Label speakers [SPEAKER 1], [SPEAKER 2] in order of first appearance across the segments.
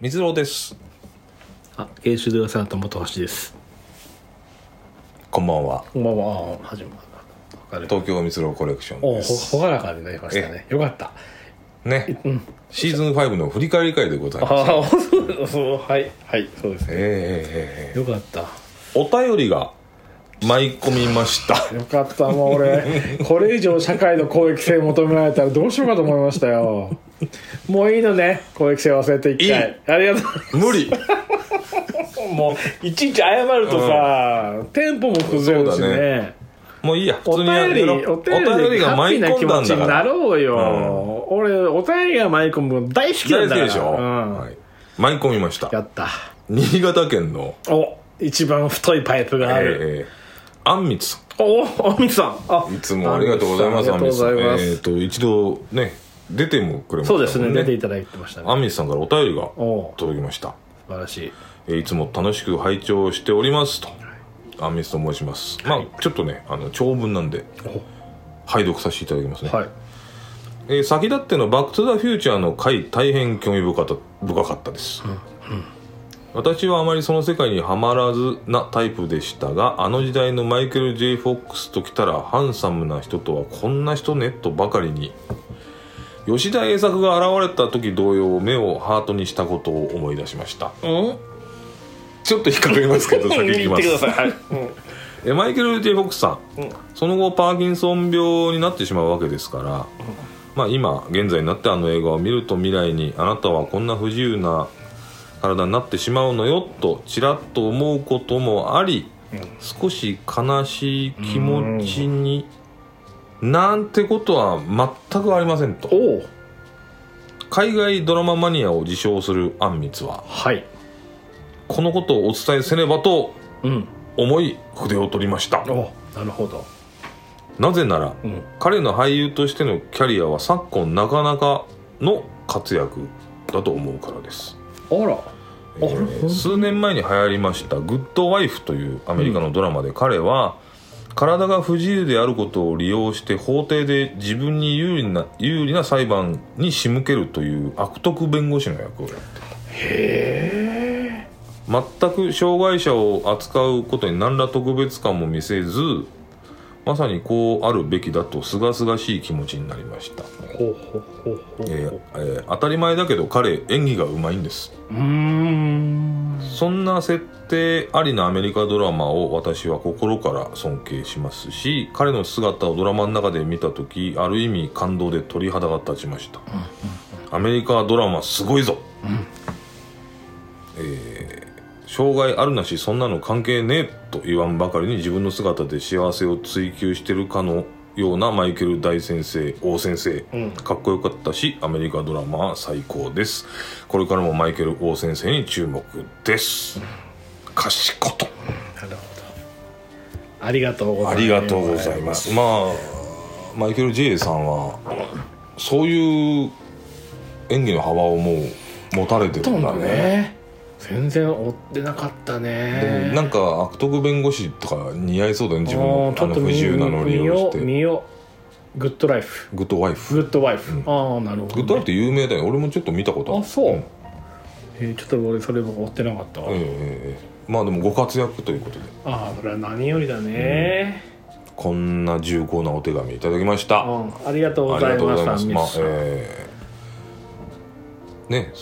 [SPEAKER 1] 水郎です
[SPEAKER 2] あ、研修で噂の友達です。
[SPEAKER 1] こんばんは
[SPEAKER 2] こんばんは。始まる。る。
[SPEAKER 1] 東京水郎コレクション
[SPEAKER 2] おう
[SPEAKER 1] で
[SPEAKER 2] ほ、
[SPEAKER 1] す
[SPEAKER 2] ほがらかになりましたね。よかった。
[SPEAKER 1] ね、シーズン5の振り返り会でござい
[SPEAKER 2] あ
[SPEAKER 1] ます
[SPEAKER 2] あ、そう、そう、はい、はい、そうですね。
[SPEAKER 1] えええええ
[SPEAKER 2] よかった。
[SPEAKER 1] えお便りが舞い込みました
[SPEAKER 2] よかった、もう 俺、これ以上社会の公益性求められたらどうしようかと思いましたよ。もういいのね、公益性忘れて一回。ありがと
[SPEAKER 1] 無理
[SPEAKER 2] う。もう、いちいち謝るとさ、テンポも崩れるし
[SPEAKER 1] そうだ
[SPEAKER 2] ね。
[SPEAKER 1] もういいや普
[SPEAKER 2] お
[SPEAKER 1] 通にや
[SPEAKER 2] 便り、
[SPEAKER 1] やろう
[SPEAKER 2] お便り
[SPEAKER 1] お便り
[SPEAKER 2] で
[SPEAKER 1] が
[SPEAKER 2] ハッピ
[SPEAKER 1] 舞
[SPEAKER 2] ー
[SPEAKER 1] い
[SPEAKER 2] な気
[SPEAKER 1] 込んだ
[SPEAKER 2] 持
[SPEAKER 1] ん
[SPEAKER 2] ち
[SPEAKER 1] だ
[SPEAKER 2] に
[SPEAKER 1] か
[SPEAKER 2] な
[SPEAKER 1] ら
[SPEAKER 2] ろうよ。俺、お便りが舞い込むの大好きな
[SPEAKER 1] 大
[SPEAKER 2] ん
[SPEAKER 1] 好
[SPEAKER 2] だ
[SPEAKER 1] き
[SPEAKER 2] から。
[SPEAKER 1] でしょ、
[SPEAKER 2] うん
[SPEAKER 1] はい、舞い込みました
[SPEAKER 2] やった。
[SPEAKER 1] 新潟県の
[SPEAKER 2] お、一番太いパイプがある。
[SPEAKER 1] ええええあんみつさん
[SPEAKER 2] お、おみつさん。あ、
[SPEAKER 1] いつもありがとうございます、
[SPEAKER 2] あ
[SPEAKER 1] ア
[SPEAKER 2] りがと
[SPEAKER 1] ミ
[SPEAKER 2] う
[SPEAKER 1] ス
[SPEAKER 2] ご
[SPEAKER 1] さ
[SPEAKER 2] ざい
[SPEAKER 1] ん。
[SPEAKER 2] ます
[SPEAKER 1] えっ、と、一度ね、出てもくれました
[SPEAKER 2] そ
[SPEAKER 1] も、
[SPEAKER 2] うんですね、出ていただいてましたね。
[SPEAKER 1] アミスさんからお便りが
[SPEAKER 2] おう
[SPEAKER 1] 届きました。
[SPEAKER 2] 素晴らしい。
[SPEAKER 1] えーいつも楽しく拝聴しておりますと。アミスと申します。まあ、ちょっとね、あの、長文なんで、拝読させていただきますね。
[SPEAKER 2] はい。
[SPEAKER 1] えー先立ってのバックトゥザフューチャーの回、大変興味深かった深かったです。私はあまりその世界にはまらずなタイプでしたがあの時代のマイケル・ J ・フォックスときたらハンサムな人とはこんな人ねとばかりに吉田栄作が現れた時同様目をハートにしたことを思い出しました
[SPEAKER 2] うん
[SPEAKER 1] ち ょっと引っかかりますけど先行きます
[SPEAKER 2] さい。はい。
[SPEAKER 1] えマイケル・ J ・フォックスさん、
[SPEAKER 2] うん
[SPEAKER 1] その後パーキンソン病になってしまうわけですから、まあ、今現在になってあの映画を見ると未来にあなたはこんな不自由な体になってしまうのよとちらっと思うこともあり、
[SPEAKER 2] うん
[SPEAKER 1] 少し悲しい気持ちになんてことは全くありませんと
[SPEAKER 2] おう
[SPEAKER 1] 海外ドラママニアを自称するあんみつは
[SPEAKER 2] はい。
[SPEAKER 1] このことをお伝えせねばと
[SPEAKER 2] うん。
[SPEAKER 1] 思い筆を取りました
[SPEAKER 2] おなるほど。
[SPEAKER 1] なぜなら
[SPEAKER 2] うん。
[SPEAKER 1] 彼の俳優としてのキャリアは昨今なかなかの活躍だと思うからです、
[SPEAKER 2] あら。
[SPEAKER 1] えー
[SPEAKER 2] あら
[SPEAKER 1] 数年前に流行りました「グッドワイフ」というアメリカのドラマで彼は体が不自由であることを利用して法廷で自分に有利な有利な裁判に仕向けるという悪徳弁護士の役をやって
[SPEAKER 2] へえ。
[SPEAKER 1] 全く障害者を扱うことに何ら特別感も見せずまさにこうあるべきだと清々しい気持ちになりました
[SPEAKER 2] ほうほうほうほう。
[SPEAKER 1] えーえー当たり前だけど彼演技がうまいんです
[SPEAKER 2] うーん。
[SPEAKER 1] そんな設定ありなアメリカドラマを私は心から尊敬しますし彼の姿をドラマの中で見た時ある意味感動で鳥肌が立ちました、アメリカドラマすごいぞ、えー障害あるなしそんなの関係ねえと言わんばかりに自分の姿で幸せを追求してるかのようなマイケル大先生王先生、
[SPEAKER 2] うん。
[SPEAKER 1] かっこよかったしアメリカドラマは最高ですこれからもマイケル王先生に注目です賢と
[SPEAKER 2] なるほど。ありがとうござ
[SPEAKER 1] あ
[SPEAKER 2] います。
[SPEAKER 1] りがとうございますまあマイケル・ J さんはそういう演技の幅をもう持たれて
[SPEAKER 2] ほ
[SPEAKER 1] る
[SPEAKER 2] と
[SPEAKER 1] ん
[SPEAKER 2] ん
[SPEAKER 1] だ
[SPEAKER 2] ど
[SPEAKER 1] ね
[SPEAKER 2] ね全然追ってなかったね
[SPEAKER 1] でもなんか悪徳弁護士とか似合いそうだよね自分
[SPEAKER 2] あ
[SPEAKER 1] の
[SPEAKER 2] ーち
[SPEAKER 1] あ
[SPEAKER 2] ょっ
[SPEAKER 1] の
[SPEAKER 2] と
[SPEAKER 1] 不
[SPEAKER 2] 見
[SPEAKER 1] 自由なのを利用して
[SPEAKER 2] 見よ見よグッドライフ
[SPEAKER 1] グッドワイフ
[SPEAKER 2] グッドワイフ、
[SPEAKER 1] うん
[SPEAKER 2] ああなるほど、ね、
[SPEAKER 1] グッドワイフって有名だよ俺もちょっと見たことある
[SPEAKER 2] あそう、
[SPEAKER 1] ん
[SPEAKER 2] えーちょっと俺それも追ってなかったわ、
[SPEAKER 1] ええええええまあでもご活躍ということで
[SPEAKER 2] ああそれは何よりだね、
[SPEAKER 1] こんな重厚なお手紙いただきまし
[SPEAKER 2] う
[SPEAKER 1] た。あ
[SPEAKER 2] んありがとうご
[SPEAKER 1] り
[SPEAKER 2] ざ
[SPEAKER 1] が
[SPEAKER 2] い
[SPEAKER 1] とうござい
[SPEAKER 2] ま
[SPEAKER 1] ますす。
[SPEAKER 2] ミ
[SPEAKER 1] まあ
[SPEAKER 2] ス、さん
[SPEAKER 1] えーね、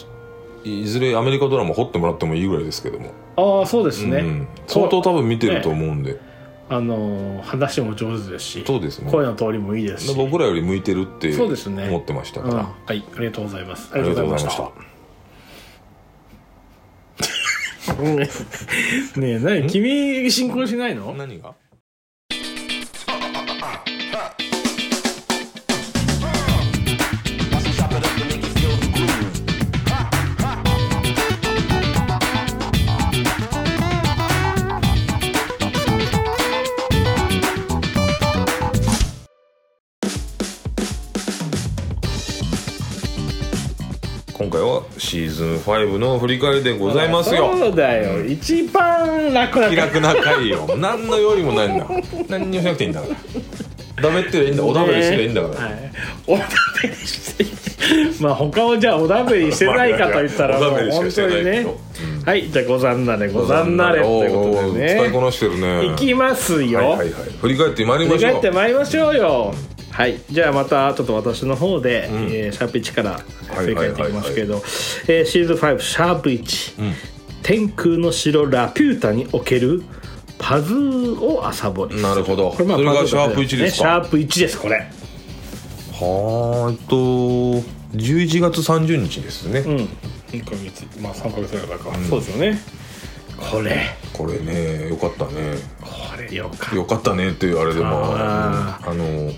[SPEAKER 1] いずれアメリカドラマ掘ってもらってもいいぐらいですけども、
[SPEAKER 2] ああそうですね、
[SPEAKER 1] うん、相当多分見てると思うんで、
[SPEAKER 2] あのー話も上手ですし
[SPEAKER 1] そうですね。
[SPEAKER 2] 声の通りもいいですし
[SPEAKER 1] 僕らより向いてるって
[SPEAKER 2] そうですね
[SPEAKER 1] 思ってました
[SPEAKER 2] う
[SPEAKER 1] か
[SPEAKER 2] ん、
[SPEAKER 1] ら、
[SPEAKER 2] はいありがとうございますあ
[SPEAKER 1] ありがとうござい
[SPEAKER 2] り
[SPEAKER 1] ま
[SPEAKER 2] が
[SPEAKER 1] し
[SPEAKER 2] と
[SPEAKER 1] た
[SPEAKER 2] う。ございましたねえ何君進行しないの
[SPEAKER 1] 何が？今回はシーズン5の振り返りでございますよ。
[SPEAKER 2] そうだよ一番楽な
[SPEAKER 1] 気楽な回よ何の用意もないんだ何にもしなくていいんだからダメってりゃいいんだおだべりすりゃいいんだから、
[SPEAKER 2] はい、おだまあ他をじゃあおだんべりしてないかと言ったら
[SPEAKER 1] まあ
[SPEAKER 2] も
[SPEAKER 1] お
[SPEAKER 2] う
[SPEAKER 1] だんべりしか
[SPEAKER 2] 本
[SPEAKER 1] し
[SPEAKER 2] 当
[SPEAKER 1] てないけ
[SPEAKER 2] にね
[SPEAKER 1] ど
[SPEAKER 2] はいじゃあござんなれござんなれということ
[SPEAKER 1] おー使
[SPEAKER 2] で
[SPEAKER 1] いこ
[SPEAKER 2] ね
[SPEAKER 1] なしてるね
[SPEAKER 2] いきますよ、
[SPEAKER 1] はいはいはい振り返ってまいり
[SPEAKER 2] 振
[SPEAKER 1] ま
[SPEAKER 2] り
[SPEAKER 1] しょう
[SPEAKER 2] 返ってまいりましょうよはいじゃあまたちょっと私の方で、えーシャープ1から振り返っていきますけどえーシーズン5シャープ1、天空の城ラピュータにおけるパズーを朝掘りす
[SPEAKER 1] なるほど
[SPEAKER 2] これまあ
[SPEAKER 1] それが
[SPEAKER 2] パズーだけ
[SPEAKER 1] シャープ1ですか
[SPEAKER 2] ねシャープ1ですこれ
[SPEAKER 1] はーえっと11月30日ですね、
[SPEAKER 2] うん1ヶ月まあ3ヶ月ぐらいか、そうですよねこれ
[SPEAKER 1] これねよかったね
[SPEAKER 2] これよか
[SPEAKER 1] よかったねっていうあれでもあ
[SPEAKER 2] あ
[SPEAKER 1] の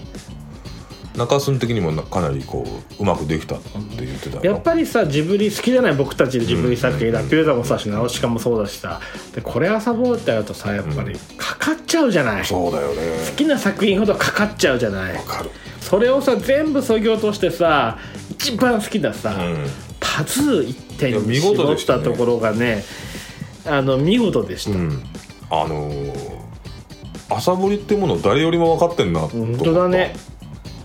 [SPEAKER 1] 中洲的にもなかなりこううまくできたって言ってたよ
[SPEAKER 2] やっぱりさジブリ好きじゃない僕たちジブリ作品「ラピュータ」もさし「ナウシカ」もそうだしさでこれ朝ぼうってやるとさやっぱりかかっちゃうじゃない、好
[SPEAKER 1] そうだよね
[SPEAKER 2] きな作品ほどかかっちゃうじゃない
[SPEAKER 1] わかる
[SPEAKER 2] それをさ全部そぎ落としてさ一番好きなさ、
[SPEAKER 1] ん
[SPEAKER 2] パズー一点
[SPEAKER 1] いや
[SPEAKER 2] に
[SPEAKER 1] 見事
[SPEAKER 2] 絞
[SPEAKER 1] で
[SPEAKER 2] っ
[SPEAKER 1] した
[SPEAKER 2] た
[SPEAKER 1] ね
[SPEAKER 2] ところがねあの見事でした、
[SPEAKER 1] うんあのー朝掘りってものを誰よりも分かってんなと思
[SPEAKER 2] 本
[SPEAKER 1] った
[SPEAKER 2] 当だね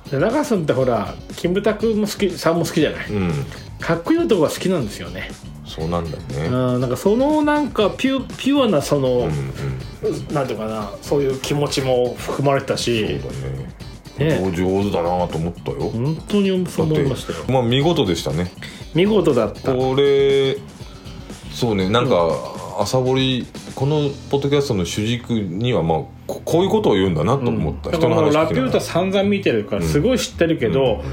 [SPEAKER 2] で中さんってほらキムタクも好きさんも好きじゃない
[SPEAKER 1] うん
[SPEAKER 2] かっこいいとこが好きなんですよね
[SPEAKER 1] そうなんだよね
[SPEAKER 2] うんなんかそのなんかピュピュアなその、
[SPEAKER 1] うんうん
[SPEAKER 2] なんていうかなそういう気持ちも含まれてたし
[SPEAKER 1] そうだね
[SPEAKER 2] ね
[SPEAKER 1] お上手だなと思ったよ
[SPEAKER 2] 本当にそう思いましたよ
[SPEAKER 1] だってまあ見事でしたね
[SPEAKER 2] 見事だった
[SPEAKER 1] これそうねなんか、朝掘りこのポッドキャストの主軸にはまあここういうことを言うんだなと思った、
[SPEAKER 2] だか
[SPEAKER 1] 人
[SPEAKER 2] ら
[SPEAKER 1] の
[SPEAKER 2] も
[SPEAKER 1] 話
[SPEAKER 2] うラ
[SPEAKER 1] 聞
[SPEAKER 2] ピ
[SPEAKER 1] きな
[SPEAKER 2] ュー
[SPEAKER 1] が
[SPEAKER 2] タ
[SPEAKER 1] ら
[SPEAKER 2] 散々見てるからすごい知ってるけど、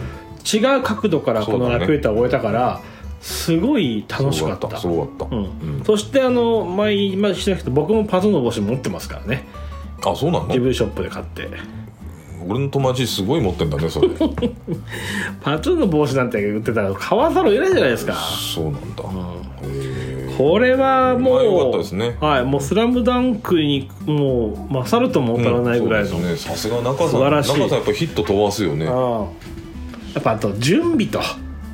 [SPEAKER 2] 違う角度からこ
[SPEAKER 1] そう
[SPEAKER 2] の
[SPEAKER 1] だね
[SPEAKER 2] ラピュータを終えたからすごい楽しかった
[SPEAKER 1] すごかったすごかった、
[SPEAKER 2] うん
[SPEAKER 1] うん
[SPEAKER 2] そしてあの前言いましたけど僕もパズの帽子持ってますからね
[SPEAKER 1] あそうなの
[SPEAKER 2] ジブリショップで買って
[SPEAKER 1] 俺の友達すごい持ってんだねそ れ
[SPEAKER 2] パズの帽子なんて売ってたら買わざるを得ないじゃないですか、
[SPEAKER 1] そうなんだ、へえ
[SPEAKER 2] これはもう、
[SPEAKER 1] まあ良かったですね
[SPEAKER 2] はい、もう「スラムダンクにもう勝るとも劣らないぐらいの、
[SPEAKER 1] うんそうですねさすが中さ
[SPEAKER 2] 素
[SPEAKER 1] ん
[SPEAKER 2] 晴らしい
[SPEAKER 1] 中さんやっぱヒット飛ばすよね
[SPEAKER 2] うんやっぱあと準備と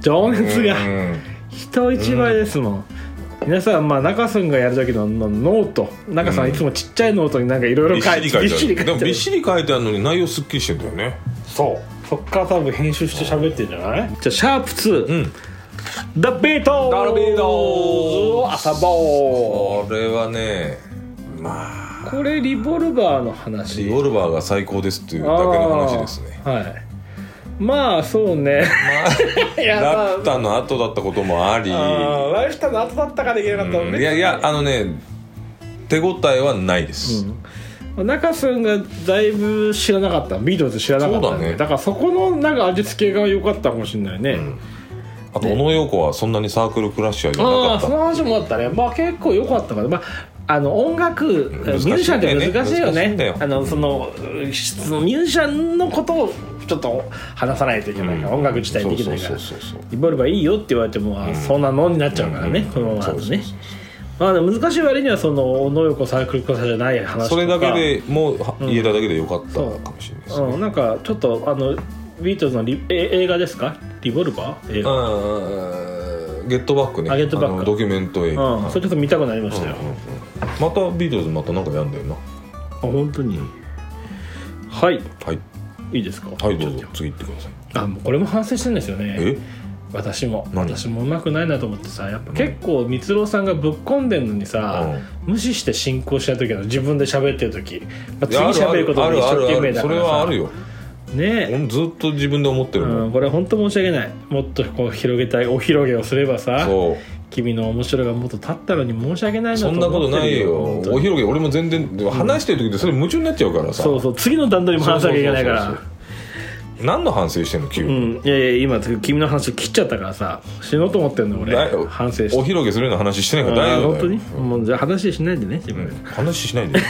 [SPEAKER 2] 情熱が
[SPEAKER 1] うん
[SPEAKER 2] 人一倍ですもん、皆さんまあ中さんがやる時ののノート中さ
[SPEAKER 1] うん
[SPEAKER 2] んいつもちっちゃいノートになんかいろいろ
[SPEAKER 1] びっ
[SPEAKER 2] 書
[SPEAKER 1] し
[SPEAKER 2] い
[SPEAKER 1] り
[SPEAKER 2] て
[SPEAKER 1] 書
[SPEAKER 2] び
[SPEAKER 1] い
[SPEAKER 2] って
[SPEAKER 1] あるでも
[SPEAKER 2] しり書いて
[SPEAKER 1] びっ
[SPEAKER 2] る
[SPEAKER 1] しり書いてあるのに内容すっきりしてんだよね
[SPEAKER 2] そうそっから多分編集して喋ってるんじゃないじゃあシャープ2、
[SPEAKER 1] うん
[SPEAKER 2] ダビート
[SPEAKER 1] ダビートーズ
[SPEAKER 2] を朝ぼ
[SPEAKER 1] これはねまあ
[SPEAKER 2] うこれリボルバーの話
[SPEAKER 1] リボルバーが最高ですっていうだけの話ですね
[SPEAKER 2] あーはいまあそうね いやまあ
[SPEAKER 1] ラピュタの後だったこともあり
[SPEAKER 2] あーライフタイムの後だったからいけなかったの
[SPEAKER 1] うんいやいやあのね手応えはないです、
[SPEAKER 2] 中さんがだいぶ知らなかったビートルズ知らなかったん
[SPEAKER 1] そうだ
[SPEAKER 2] で
[SPEAKER 1] ね
[SPEAKER 2] だからそこのなんか味付けが良かったかもしれないね、
[SPEAKER 1] あと小野陽子はそんなにサークルクラッシャーじゃ
[SPEAKER 2] あ
[SPEAKER 1] な
[SPEAKER 2] あそ
[SPEAKER 1] かっ
[SPEAKER 2] の話もあったねまあ結構良かったからまああの音楽、ミュ
[SPEAKER 1] 難しいんだよね
[SPEAKER 2] ージシャンって難しいよ
[SPEAKER 1] 難しい
[SPEAKER 2] ね
[SPEAKER 1] んだよ
[SPEAKER 2] あのそのそのミュージシャンのことをちょっと話さないといけないから、
[SPEAKER 1] うん
[SPEAKER 2] 音楽自
[SPEAKER 1] た
[SPEAKER 2] 体できないか
[SPEAKER 1] そ
[SPEAKER 2] ら
[SPEAKER 1] うそうそうそう
[SPEAKER 2] リボルバーいいよって言われても、あそんなのになっちゃうからね、
[SPEAKER 1] うん
[SPEAKER 2] このままだと
[SPEAKER 1] そうそう
[SPEAKER 2] ね
[SPEAKER 1] そう
[SPEAKER 2] まあでも難しい割にはその能力をサークル化さじゃない話とか
[SPEAKER 1] それだけでもうは言えただけでよかったかもしれないですね
[SPEAKER 2] うん、なんかちょっとあのビートルズのリえ映画ですかリボルバー映
[SPEAKER 1] う
[SPEAKER 2] 画、
[SPEAKER 1] んうんうんゲットバックね
[SPEAKER 2] あゲットバック
[SPEAKER 1] のドキュメント映画、
[SPEAKER 2] うんそれちょっと見たくなりましたよ、
[SPEAKER 1] またビートルズまたなんかやんだよな
[SPEAKER 2] あ本当にはい
[SPEAKER 1] はい
[SPEAKER 2] いいですか
[SPEAKER 1] はいどう
[SPEAKER 2] ち
[SPEAKER 1] ぞ
[SPEAKER 2] ょっ
[SPEAKER 1] 次行ってください
[SPEAKER 2] とあもうこれも反省してるんですよね
[SPEAKER 1] え
[SPEAKER 2] 私も
[SPEAKER 1] 何
[SPEAKER 2] 私もうまくないなと思ってさやっぱ結構光郎さんがぶっ込んでんのにさ、無視して進行した時の自分で喋ってる時、まあ、次
[SPEAKER 1] いやあ
[SPEAKER 2] 喋ること
[SPEAKER 1] あ
[SPEAKER 2] に一生懸命だ
[SPEAKER 1] あるあるあるそ
[SPEAKER 2] から
[SPEAKER 1] れ
[SPEAKER 2] さ
[SPEAKER 1] はあるよ
[SPEAKER 2] ね
[SPEAKER 1] 俺もずっと自分で思ってるもん、
[SPEAKER 2] うん、これ本当申し訳ないもっとこう広げたいお広げをすればさ
[SPEAKER 1] そう
[SPEAKER 2] 君の面白がもっと立ったのに申し訳ないなと
[SPEAKER 1] そんなことないよお
[SPEAKER 2] 思ってる本当に
[SPEAKER 1] 広げ俺も全然でも話してる時でそれ夢中になっちゃうからさ
[SPEAKER 2] そうそう次の段取りも話さなきゃいけないか
[SPEAKER 1] そう
[SPEAKER 2] ら
[SPEAKER 1] そうそうそう何の反省してんの急
[SPEAKER 2] う
[SPEAKER 1] に、
[SPEAKER 2] んいやいや今君の話切っちゃったからさ死のうと思ってんの俺
[SPEAKER 1] だよ
[SPEAKER 2] 反省して
[SPEAKER 1] お広げするような話してないから大
[SPEAKER 2] あー
[SPEAKER 1] 丈夫だ
[SPEAKER 2] 本当
[SPEAKER 1] よ
[SPEAKER 2] にもうじゃあ話しないでね自分
[SPEAKER 1] うん話しないで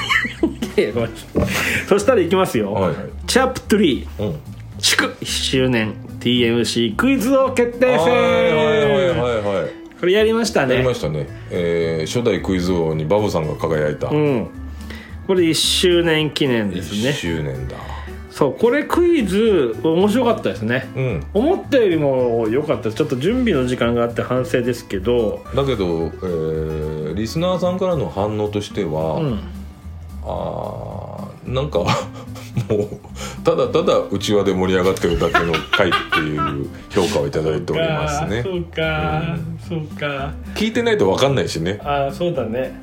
[SPEAKER 2] でいやごめん そしたらいきますよ、
[SPEAKER 1] はいはい
[SPEAKER 2] チャプト3
[SPEAKER 1] うんはい
[SPEAKER 2] 祝1周年 TMC クイズ王決定
[SPEAKER 1] はいはい
[SPEAKER 2] 戦
[SPEAKER 1] はいはい
[SPEAKER 2] これやりましたね
[SPEAKER 1] やりましたね、えー初代クイズ王にバブさんが輝いた
[SPEAKER 2] うんこれ1周年記念です
[SPEAKER 1] 1
[SPEAKER 2] ね
[SPEAKER 1] 周年だ、
[SPEAKER 2] そうこれクイズ面白かったですね
[SPEAKER 1] うん
[SPEAKER 2] 思ったよりも良かったですちょっと準備の時間があって反省ですけど
[SPEAKER 1] だけど、えーリスナーさんからの反応としては、
[SPEAKER 2] うん
[SPEAKER 1] あーなんかもうただただうちわで盛り上がってるだけの回っていう評価をいただいておりますね
[SPEAKER 2] そうか、そうか
[SPEAKER 1] 聞いてないと分かんないしね
[SPEAKER 2] ああそうだね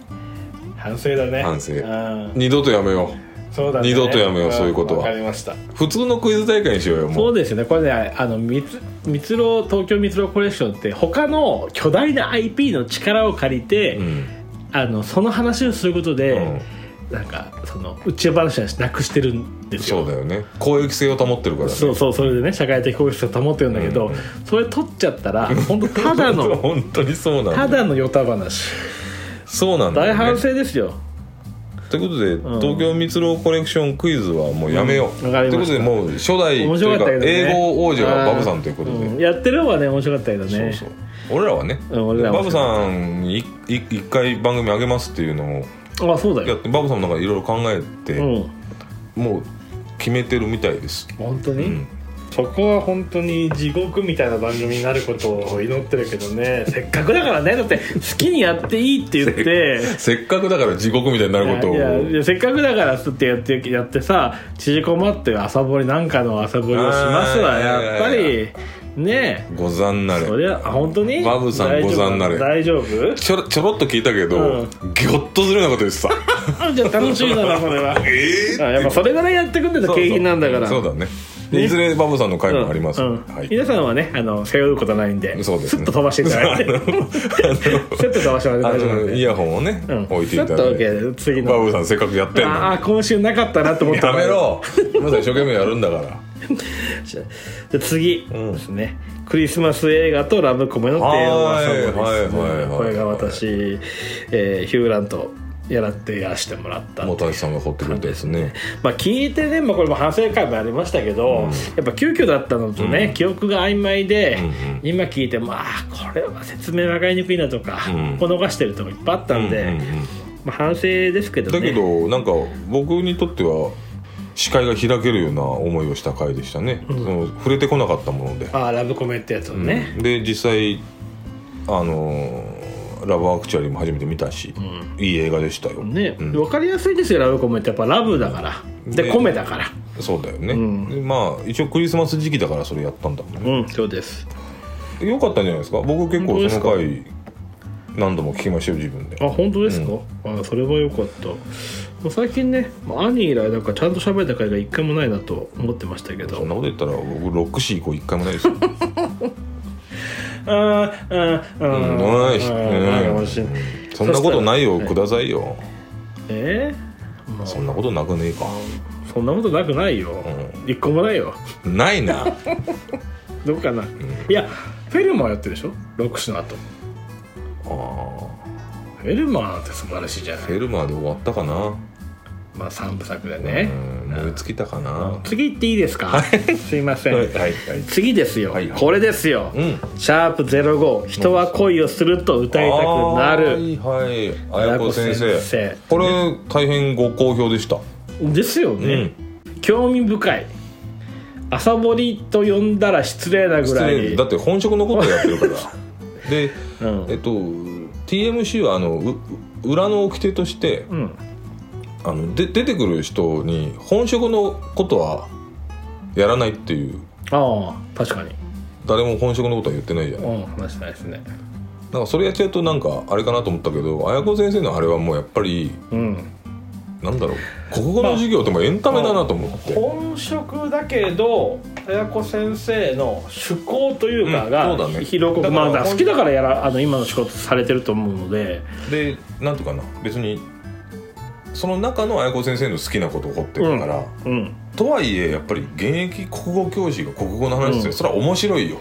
[SPEAKER 2] 反省だね
[SPEAKER 1] 反省
[SPEAKER 2] うん
[SPEAKER 1] 二度とやめよう
[SPEAKER 2] そうだね
[SPEAKER 1] 二度とやめようそういうことは
[SPEAKER 2] わかりました
[SPEAKER 1] 普通のクイズ大会にしようよも
[SPEAKER 2] そううですよねこれねあのみつみつろ東京みつろコレクションって他の巨大な IP の力を借りて、
[SPEAKER 1] うん
[SPEAKER 2] あのその話をすることで、なんかその内輪話はなくしてるんです
[SPEAKER 1] そう
[SPEAKER 2] よ
[SPEAKER 1] だよね公益性を保ってるからね
[SPEAKER 2] そうそうそれでね社会的公平を保ってるんだけど、
[SPEAKER 1] うん
[SPEAKER 2] それ取っちゃったら本当ただ の
[SPEAKER 1] 本当に そうなんだよ
[SPEAKER 2] ただのヨタ話
[SPEAKER 1] そうなんだ
[SPEAKER 2] 大
[SPEAKER 1] よ、ね、
[SPEAKER 2] 反省ですよ
[SPEAKER 1] ということで、
[SPEAKER 2] ん
[SPEAKER 1] 東京蜜ろコレクションクイズはもうやめよう、
[SPEAKER 2] うんわかり
[SPEAKER 1] という
[SPEAKER 2] ま
[SPEAKER 1] こ
[SPEAKER 2] し
[SPEAKER 1] と
[SPEAKER 2] た
[SPEAKER 1] でもう初代と
[SPEAKER 2] 面
[SPEAKER 1] い
[SPEAKER 2] 白
[SPEAKER 1] う
[SPEAKER 2] か
[SPEAKER 1] か
[SPEAKER 2] ったけどね
[SPEAKER 1] 英語王者はバブさんということで、
[SPEAKER 2] うんやってる方はね面白かったけどね
[SPEAKER 1] そうそう俺らはね、
[SPEAKER 2] うん俺らは
[SPEAKER 1] バブさんにいい一回番組上げますっていうのを
[SPEAKER 2] あそうだ
[SPEAKER 1] や
[SPEAKER 2] よ
[SPEAKER 1] ってバブさんの中でいろいろ考えて、
[SPEAKER 2] うん
[SPEAKER 1] もう決めてるみたいです、
[SPEAKER 2] 本当に、
[SPEAKER 1] うん
[SPEAKER 2] そこは本当に地獄みたいな番組になることを祈ってるけど ねせっかくだからねだって好きにやっていいって言って
[SPEAKER 1] せっかくだから地獄みたいになることを
[SPEAKER 2] いやいやせっかくだからってやってやってさ縮こまって朝掘りなんかの朝掘りをしますわ
[SPEAKER 1] あー
[SPEAKER 2] やっぱ
[SPEAKER 1] いやい
[SPEAKER 2] りねえ
[SPEAKER 1] ござんなれ
[SPEAKER 2] そりゃ本当に
[SPEAKER 1] バブさん
[SPEAKER 2] 大丈夫
[SPEAKER 1] ござんなれ
[SPEAKER 2] 大丈夫
[SPEAKER 1] ちょろちょろっと聞いたけど、
[SPEAKER 2] うん
[SPEAKER 1] ぎょっとするようなこと言って さ
[SPEAKER 2] あじゃあ楽し みだなそれは
[SPEAKER 1] え
[SPEAKER 2] あやっぱそれぐらいやってくんでた景品なんだから
[SPEAKER 1] そうそうだねいずれバブさんの回もあります、
[SPEAKER 2] うん
[SPEAKER 1] はい
[SPEAKER 2] 皆さんはねあの背負うことないんで
[SPEAKER 1] そうですね
[SPEAKER 2] スッと飛ばしていただいてス ッと飛ばしてもら
[SPEAKER 1] あ
[SPEAKER 2] って大丈夫なん
[SPEAKER 1] の
[SPEAKER 2] で
[SPEAKER 1] イヤホンをね、
[SPEAKER 2] うん
[SPEAKER 1] 置いていただい
[SPEAKER 2] ちょっと
[SPEAKER 1] て、
[SPEAKER 2] OK 次の
[SPEAKER 1] バブさんせっかくやってんの
[SPEAKER 2] ああ
[SPEAKER 1] に
[SPEAKER 2] ー今週なかったなと思った
[SPEAKER 1] やめろまだ一生懸命やるんだから
[SPEAKER 2] じゃあ次ですね、クリスマス映画とラブコメのテーマソングです、
[SPEAKER 1] はいはいはいはい
[SPEAKER 2] これが私、えーヒューランとやらってやらしてもらった
[SPEAKER 1] もう大地さんが掘ってくれたですね
[SPEAKER 2] まあ聞いてね、まあ、これも反省会もありましたけど、やっぱ急遽だったのとね、記憶が曖昧で、今聞いてもあーこれは説明分かりにくいなとか、
[SPEAKER 1] うん
[SPEAKER 2] ここ逃してるとこいっぱいあったんで、
[SPEAKER 1] うんうんうん
[SPEAKER 2] まあ、反省ですけどね
[SPEAKER 1] だけどなんか僕にとっては視界が開けるような思いをした回でしたね、その触れてこなかったもので、
[SPEAKER 2] あーラブコメってやつをね、
[SPEAKER 1] で実際あのーラブアクチュアリーも初めて見たし、いい映画でしたよ、
[SPEAKER 2] ね、
[SPEAKER 1] うん
[SPEAKER 2] 分かりやすいですよラブコメってやっぱラブだから、で
[SPEAKER 1] ね
[SPEAKER 2] 米だから
[SPEAKER 1] そうだよね、
[SPEAKER 2] ん
[SPEAKER 1] でまあ一応クリスマス時期だからそれやったんだもんね、
[SPEAKER 2] うんそうです
[SPEAKER 1] 良かったんじゃないですか僕結構その
[SPEAKER 2] 本当
[SPEAKER 1] 回何度も聞きましたよ自分で
[SPEAKER 2] あ本当ですか、あそれは良かったもう最近ねまあ兄以来なんかちゃんと喋った回が一回もないなと思ってましたけ
[SPEAKER 1] そんな
[SPEAKER 2] ど
[SPEAKER 1] こと言ったら僕ロックシー以降一回もない ですよ
[SPEAKER 2] ああああ
[SPEAKER 1] うんないしうんそんなことないよくださいよ
[SPEAKER 2] えーまあ
[SPEAKER 1] そんなことなくねえか
[SPEAKER 2] そんなことなくないよ、一個もないよ
[SPEAKER 1] ないな
[SPEAKER 2] どうかな、いやフェルマーやってるでしょロックスの後
[SPEAKER 1] あー
[SPEAKER 2] フェルマーなんて素晴らしいじゃない
[SPEAKER 1] フェルマーで終わったかな
[SPEAKER 2] まあ三部作でね、
[SPEAKER 1] うん燃え尽きたかなは
[SPEAKER 2] 次行っていいですか、すいません、
[SPEAKER 1] いはいはい
[SPEAKER 2] 次ですよ、
[SPEAKER 1] はい
[SPEAKER 2] これですよ、
[SPEAKER 1] うん
[SPEAKER 2] シャープ05人は恋をすると歌いたくな
[SPEAKER 1] あ
[SPEAKER 2] る
[SPEAKER 1] ーはいはい綾子先
[SPEAKER 2] 綾
[SPEAKER 1] 生
[SPEAKER 2] 子先
[SPEAKER 1] これ大変ご好評でした
[SPEAKER 2] ですよね、興味深い朝掘りと呼んだら失礼なぐ
[SPEAKER 1] 失
[SPEAKER 2] ら
[SPEAKER 1] 礼
[SPEAKER 2] い
[SPEAKER 1] だって本職のことやってるから で
[SPEAKER 2] うん
[SPEAKER 1] えっと TMC はあのうう裏の掟として
[SPEAKER 2] うん
[SPEAKER 1] あので出てくる人に本職のことはやらないっていう
[SPEAKER 2] ああ確かに
[SPEAKER 1] 誰も本職のことは言ってないじゃない
[SPEAKER 2] うん話してないですね
[SPEAKER 1] なんかそれやっちゃうとなんかあれかなと思ったけど綾子先生のあれはもうやっぱり
[SPEAKER 2] うん
[SPEAKER 1] なんだろう国語の授業でもエンタメだなと思って、
[SPEAKER 2] 本職だけど綾子先生の趣向というかが、
[SPEAKER 1] うんそうだね
[SPEAKER 2] 広く
[SPEAKER 1] だから
[SPEAKER 2] まあだから好きだからやらあの今の仕事されてると思うので
[SPEAKER 1] でなんとかな別にその中の綾子先生の好きなことを掘ってるから、
[SPEAKER 2] うん
[SPEAKER 1] とはいえやっぱり現役国語教師が国語の話ですよ、
[SPEAKER 2] うん
[SPEAKER 1] それは面白いよ、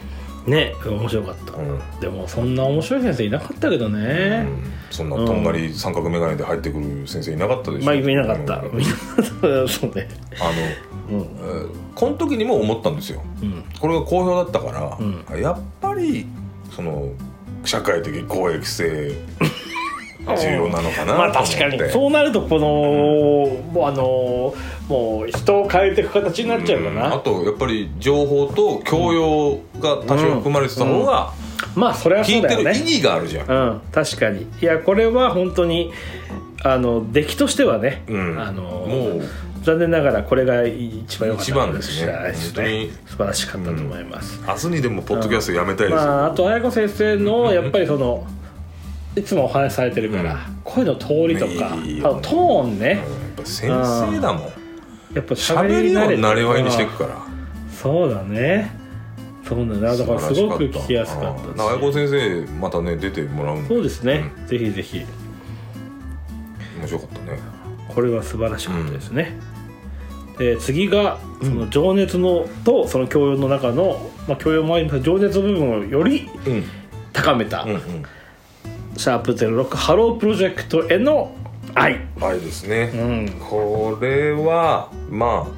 [SPEAKER 2] ね面白かった、
[SPEAKER 1] うん
[SPEAKER 2] でもそんな面白い先生いなかったけどね、
[SPEAKER 1] そんなとんがり三角眼鏡で入ってくる先生いなかったでしょ、
[SPEAKER 2] まあ見なかっ
[SPEAKER 1] う
[SPEAKER 2] た
[SPEAKER 1] ん
[SPEAKER 2] 見なかったそうね
[SPEAKER 1] あの、
[SPEAKER 2] うん
[SPEAKER 1] えーこの時にも思ったんですよ
[SPEAKER 2] うん
[SPEAKER 1] これが好評だったから、
[SPEAKER 2] う
[SPEAKER 1] やっぱりその社会的公益性重要なのかなと思って、
[SPEAKER 2] まあ確かにそうなるとこの、もうあのもう人を変えていく形になっちゃうか
[SPEAKER 1] うん
[SPEAKER 2] な、
[SPEAKER 1] あとやっぱり情報と教養が多少含まれてた方が
[SPEAKER 2] まあそれはそ
[SPEAKER 1] 聞
[SPEAKER 2] う
[SPEAKER 1] い
[SPEAKER 2] だ
[SPEAKER 1] て
[SPEAKER 2] よ
[SPEAKER 1] る
[SPEAKER 2] ね
[SPEAKER 1] 意義があるじゃん、
[SPEAKER 2] うん確かにいやこれは本当にあの出来としてはね、
[SPEAKER 1] うん
[SPEAKER 2] あの
[SPEAKER 1] もう
[SPEAKER 2] 残念ながらこれが一番良かった
[SPEAKER 1] 一番ですね
[SPEAKER 2] かもしれないです
[SPEAKER 1] 本
[SPEAKER 2] ね素晴らしかったと思います、
[SPEAKER 1] 明日にでもポッドキャストやめたいですよ、
[SPEAKER 2] まあ、あと綾子先生のやっぱりそのいつもお話しされてるから、
[SPEAKER 1] うん
[SPEAKER 2] 声の通りとか、
[SPEAKER 1] ねいい
[SPEAKER 2] あ
[SPEAKER 1] よね
[SPEAKER 2] のトーン
[SPEAKER 1] うん、
[SPEAKER 2] ね
[SPEAKER 1] やっぱ先生だもん
[SPEAKER 2] やっぱ
[SPEAKER 1] 喋
[SPEAKER 2] 喋
[SPEAKER 1] り
[SPEAKER 2] り慣れ
[SPEAKER 1] を
[SPEAKER 2] てる
[SPEAKER 1] なれわいにしていくから
[SPEAKER 2] そうだねそうだねだからすごく聞きやすかったし
[SPEAKER 1] うん中井子先生またね出てもらうんで
[SPEAKER 2] そうですね、ぜひぜひ
[SPEAKER 1] 面白かったね
[SPEAKER 2] これは素晴らしかったですね、で次がその情熱の、とその教養の中の、まあ、教養もありますが情熱の部分をより
[SPEAKER 1] うん
[SPEAKER 2] 高めた、
[SPEAKER 1] うんうん
[SPEAKER 2] シャープ06ハロープロジェクトへの愛
[SPEAKER 1] あれです
[SPEAKER 2] う
[SPEAKER 1] ね、
[SPEAKER 2] ん
[SPEAKER 1] これはま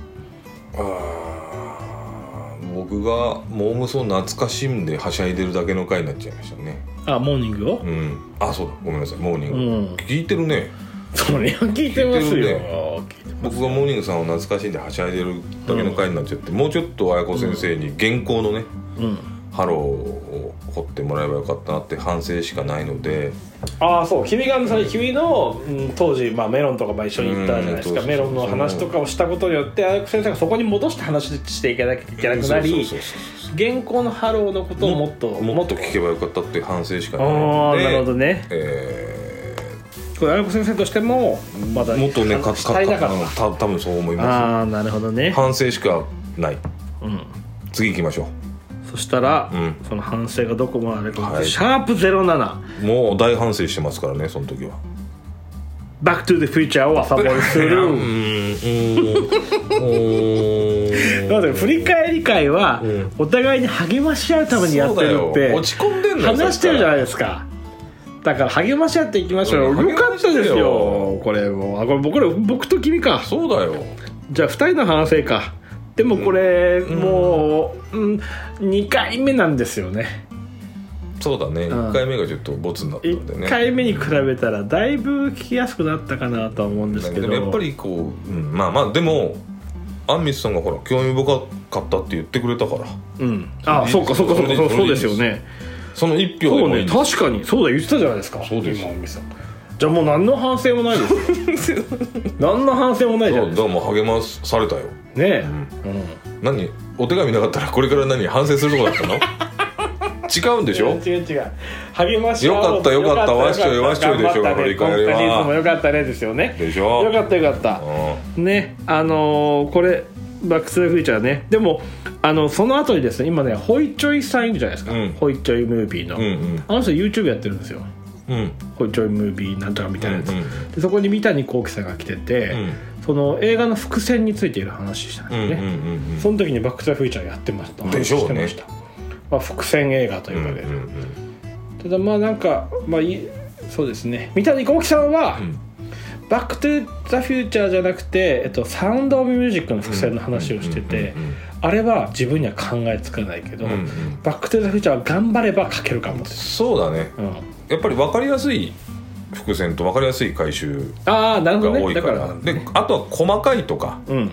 [SPEAKER 1] ああー僕がモームソン懐かしんではしゃいでるだけの回になっちゃいましたね
[SPEAKER 2] あモーニングを
[SPEAKER 1] うんあそうだごめんなさいモーニン
[SPEAKER 2] う
[SPEAKER 1] グ、
[SPEAKER 2] ん
[SPEAKER 1] 聞いてるね
[SPEAKER 2] それは聞いてますよ
[SPEAKER 1] 聞いてる僕がモーニングさんを懐かしんではしゃいでるだけの回になっちゃって、もうちょっと綾子先生に原稿のね、
[SPEAKER 2] うん、
[SPEAKER 1] ハローを掘ってもらえばよかったなって反省しかないので
[SPEAKER 2] ああそう君がそれ君の、うん当時、まあ、メロンとかまあ一緒に行ったじゃないで
[SPEAKER 1] うんそうそ
[SPEAKER 2] すか
[SPEAKER 1] うそう
[SPEAKER 2] メロンの話とかをしたことによってあやく先生がそこに戻して話していかなきゃいけなくなり
[SPEAKER 1] そうそうそうそう
[SPEAKER 2] 現行のハローのことをもっと
[SPEAKER 1] もっと聞けばよかったっていう反省しかない
[SPEAKER 2] あ
[SPEAKER 1] の
[SPEAKER 2] あ
[SPEAKER 1] で
[SPEAKER 2] なるほどね
[SPEAKER 1] え
[SPEAKER 2] これ綾子先生としてもまだ
[SPEAKER 1] ーもっとねか
[SPEAKER 2] 話
[SPEAKER 1] か
[SPEAKER 2] したいだから
[SPEAKER 1] うんた多分そう思いま
[SPEAKER 2] ああなるほどね
[SPEAKER 1] す反省しかない
[SPEAKER 2] うん
[SPEAKER 1] 次行きましょ
[SPEAKER 2] そしたら、
[SPEAKER 1] うん
[SPEAKER 2] その反省がどこまでか、
[SPEAKER 1] はい
[SPEAKER 2] シャープ07
[SPEAKER 1] うもう大反省してますからねその時は
[SPEAKER 2] 「バック・トゥ・ザ・フューチャー」を朝掘りす
[SPEAKER 1] う
[SPEAKER 2] る
[SPEAKER 1] んうーん
[SPEAKER 2] なので振り返り会は
[SPEAKER 1] ん
[SPEAKER 2] お互いに励まし合うためにやってる
[SPEAKER 1] そう
[SPEAKER 2] っ
[SPEAKER 1] だよ
[SPEAKER 2] て
[SPEAKER 1] 落ち込んでんのよ
[SPEAKER 2] 話してるじゃ
[SPEAKER 1] ん
[SPEAKER 2] ないですかだから励まし合っていきましょう
[SPEAKER 1] うん
[SPEAKER 2] よかったです
[SPEAKER 1] 励まして
[SPEAKER 2] よ
[SPEAKER 1] よ
[SPEAKER 2] これもあこれ僕ら僕と君か
[SPEAKER 1] そうだよ
[SPEAKER 2] じゃあ2人の反省かでもこれ、もう、うん、2回目なんですよね
[SPEAKER 1] そうだね
[SPEAKER 2] ん
[SPEAKER 1] 1回目がちょっとボツになったんで
[SPEAKER 2] 1
[SPEAKER 1] ね
[SPEAKER 2] 回目に比べたらだいぶ聞きやすくなったかなとは思うんですけ
[SPEAKER 1] で
[SPEAKER 2] ど
[SPEAKER 1] もやっぱりこう、うん、まあまあでもアンミスさんがほら興味深かったって言ってくれたから
[SPEAKER 2] うんあ
[SPEAKER 1] そ
[SPEAKER 2] そうう
[SPEAKER 1] で
[SPEAKER 2] か
[SPEAKER 1] す
[SPEAKER 2] そうかそう
[SPEAKER 1] そ
[SPEAKER 2] かそ
[SPEAKER 1] れ
[SPEAKER 2] う
[SPEAKER 1] で
[SPEAKER 2] そうですよ
[SPEAKER 1] それ
[SPEAKER 2] ね
[SPEAKER 1] その一票で
[SPEAKER 2] そ
[SPEAKER 1] も
[SPEAKER 2] う
[SPEAKER 1] いい
[SPEAKER 2] ね
[SPEAKER 1] んです
[SPEAKER 2] 確かにそうだ言ってたじゃないですか
[SPEAKER 1] そうですよ
[SPEAKER 2] 今さんじゃあもう何の反省もないですよ 何の反省もないじゃ
[SPEAKER 1] そ
[SPEAKER 2] ないう
[SPEAKER 1] だか
[SPEAKER 2] ですから
[SPEAKER 1] もう励まされたよ
[SPEAKER 2] ねえ、うん
[SPEAKER 1] 何お手紙なかったらこれから何反省するとこだった の違うんでしょ
[SPEAKER 2] 違う違う励まし合おう
[SPEAKER 1] よかったよかったわっしょい
[SPEAKER 2] よかった
[SPEAKER 1] わっしょいでしょ
[SPEAKER 2] 頑張ったね
[SPEAKER 1] 振り返りは
[SPEAKER 2] コンパニーズもよかったねですよね
[SPEAKER 1] でしょ
[SPEAKER 2] よかったよかった
[SPEAKER 1] う
[SPEAKER 2] ねあのーこれ「バック・ス・ザ・フューチャーね」でもあのその後にですね今ねホイチョイさんいるじゃないですか、
[SPEAKER 1] うん
[SPEAKER 2] ホイチョイムービーの、
[SPEAKER 1] んうん
[SPEAKER 2] あの人 YouTube やってるんですよ
[SPEAKER 1] うんうん
[SPEAKER 2] ホイチョイムービーなんとかみたいなやつ、
[SPEAKER 1] うんうん
[SPEAKER 2] でそこに三谷幸喜さんが来てて、
[SPEAKER 1] うん
[SPEAKER 2] その映画の伏線についている話したんです
[SPEAKER 1] う
[SPEAKER 2] よ
[SPEAKER 1] ん
[SPEAKER 2] ね、
[SPEAKER 1] うんうん
[SPEAKER 2] その時に「バック・ザ・フューチャーやってました
[SPEAKER 1] でしょうね
[SPEAKER 2] 話してました、まあ、伏線映画という
[SPEAKER 1] う
[SPEAKER 2] か
[SPEAKER 1] ん
[SPEAKER 2] で、
[SPEAKER 1] うん
[SPEAKER 2] ただまあなんかまあいいそうですね三谷幸喜さんは、
[SPEAKER 1] ん
[SPEAKER 2] バック・トゥ・ザ・フューチャー」じゃなくて、えっと、サウンド・オブ・ミュージックの伏線の話をしてて
[SPEAKER 1] うんうんうんうん
[SPEAKER 2] あれは自分には考えつかないけど、
[SPEAKER 1] うんうん
[SPEAKER 2] バック・トゥ・ザ・フューチャーは頑張れば書けるかもです、
[SPEAKER 1] そうだね
[SPEAKER 2] うん、
[SPEAKER 1] やっぱり分かりやすい伏線と分かりやすい回収
[SPEAKER 2] ああなるほ
[SPEAKER 1] が
[SPEAKER 2] ど
[SPEAKER 1] 多
[SPEAKER 2] ね
[SPEAKER 1] いか
[SPEAKER 2] だからら、
[SPEAKER 1] であとは細かいとか
[SPEAKER 2] うん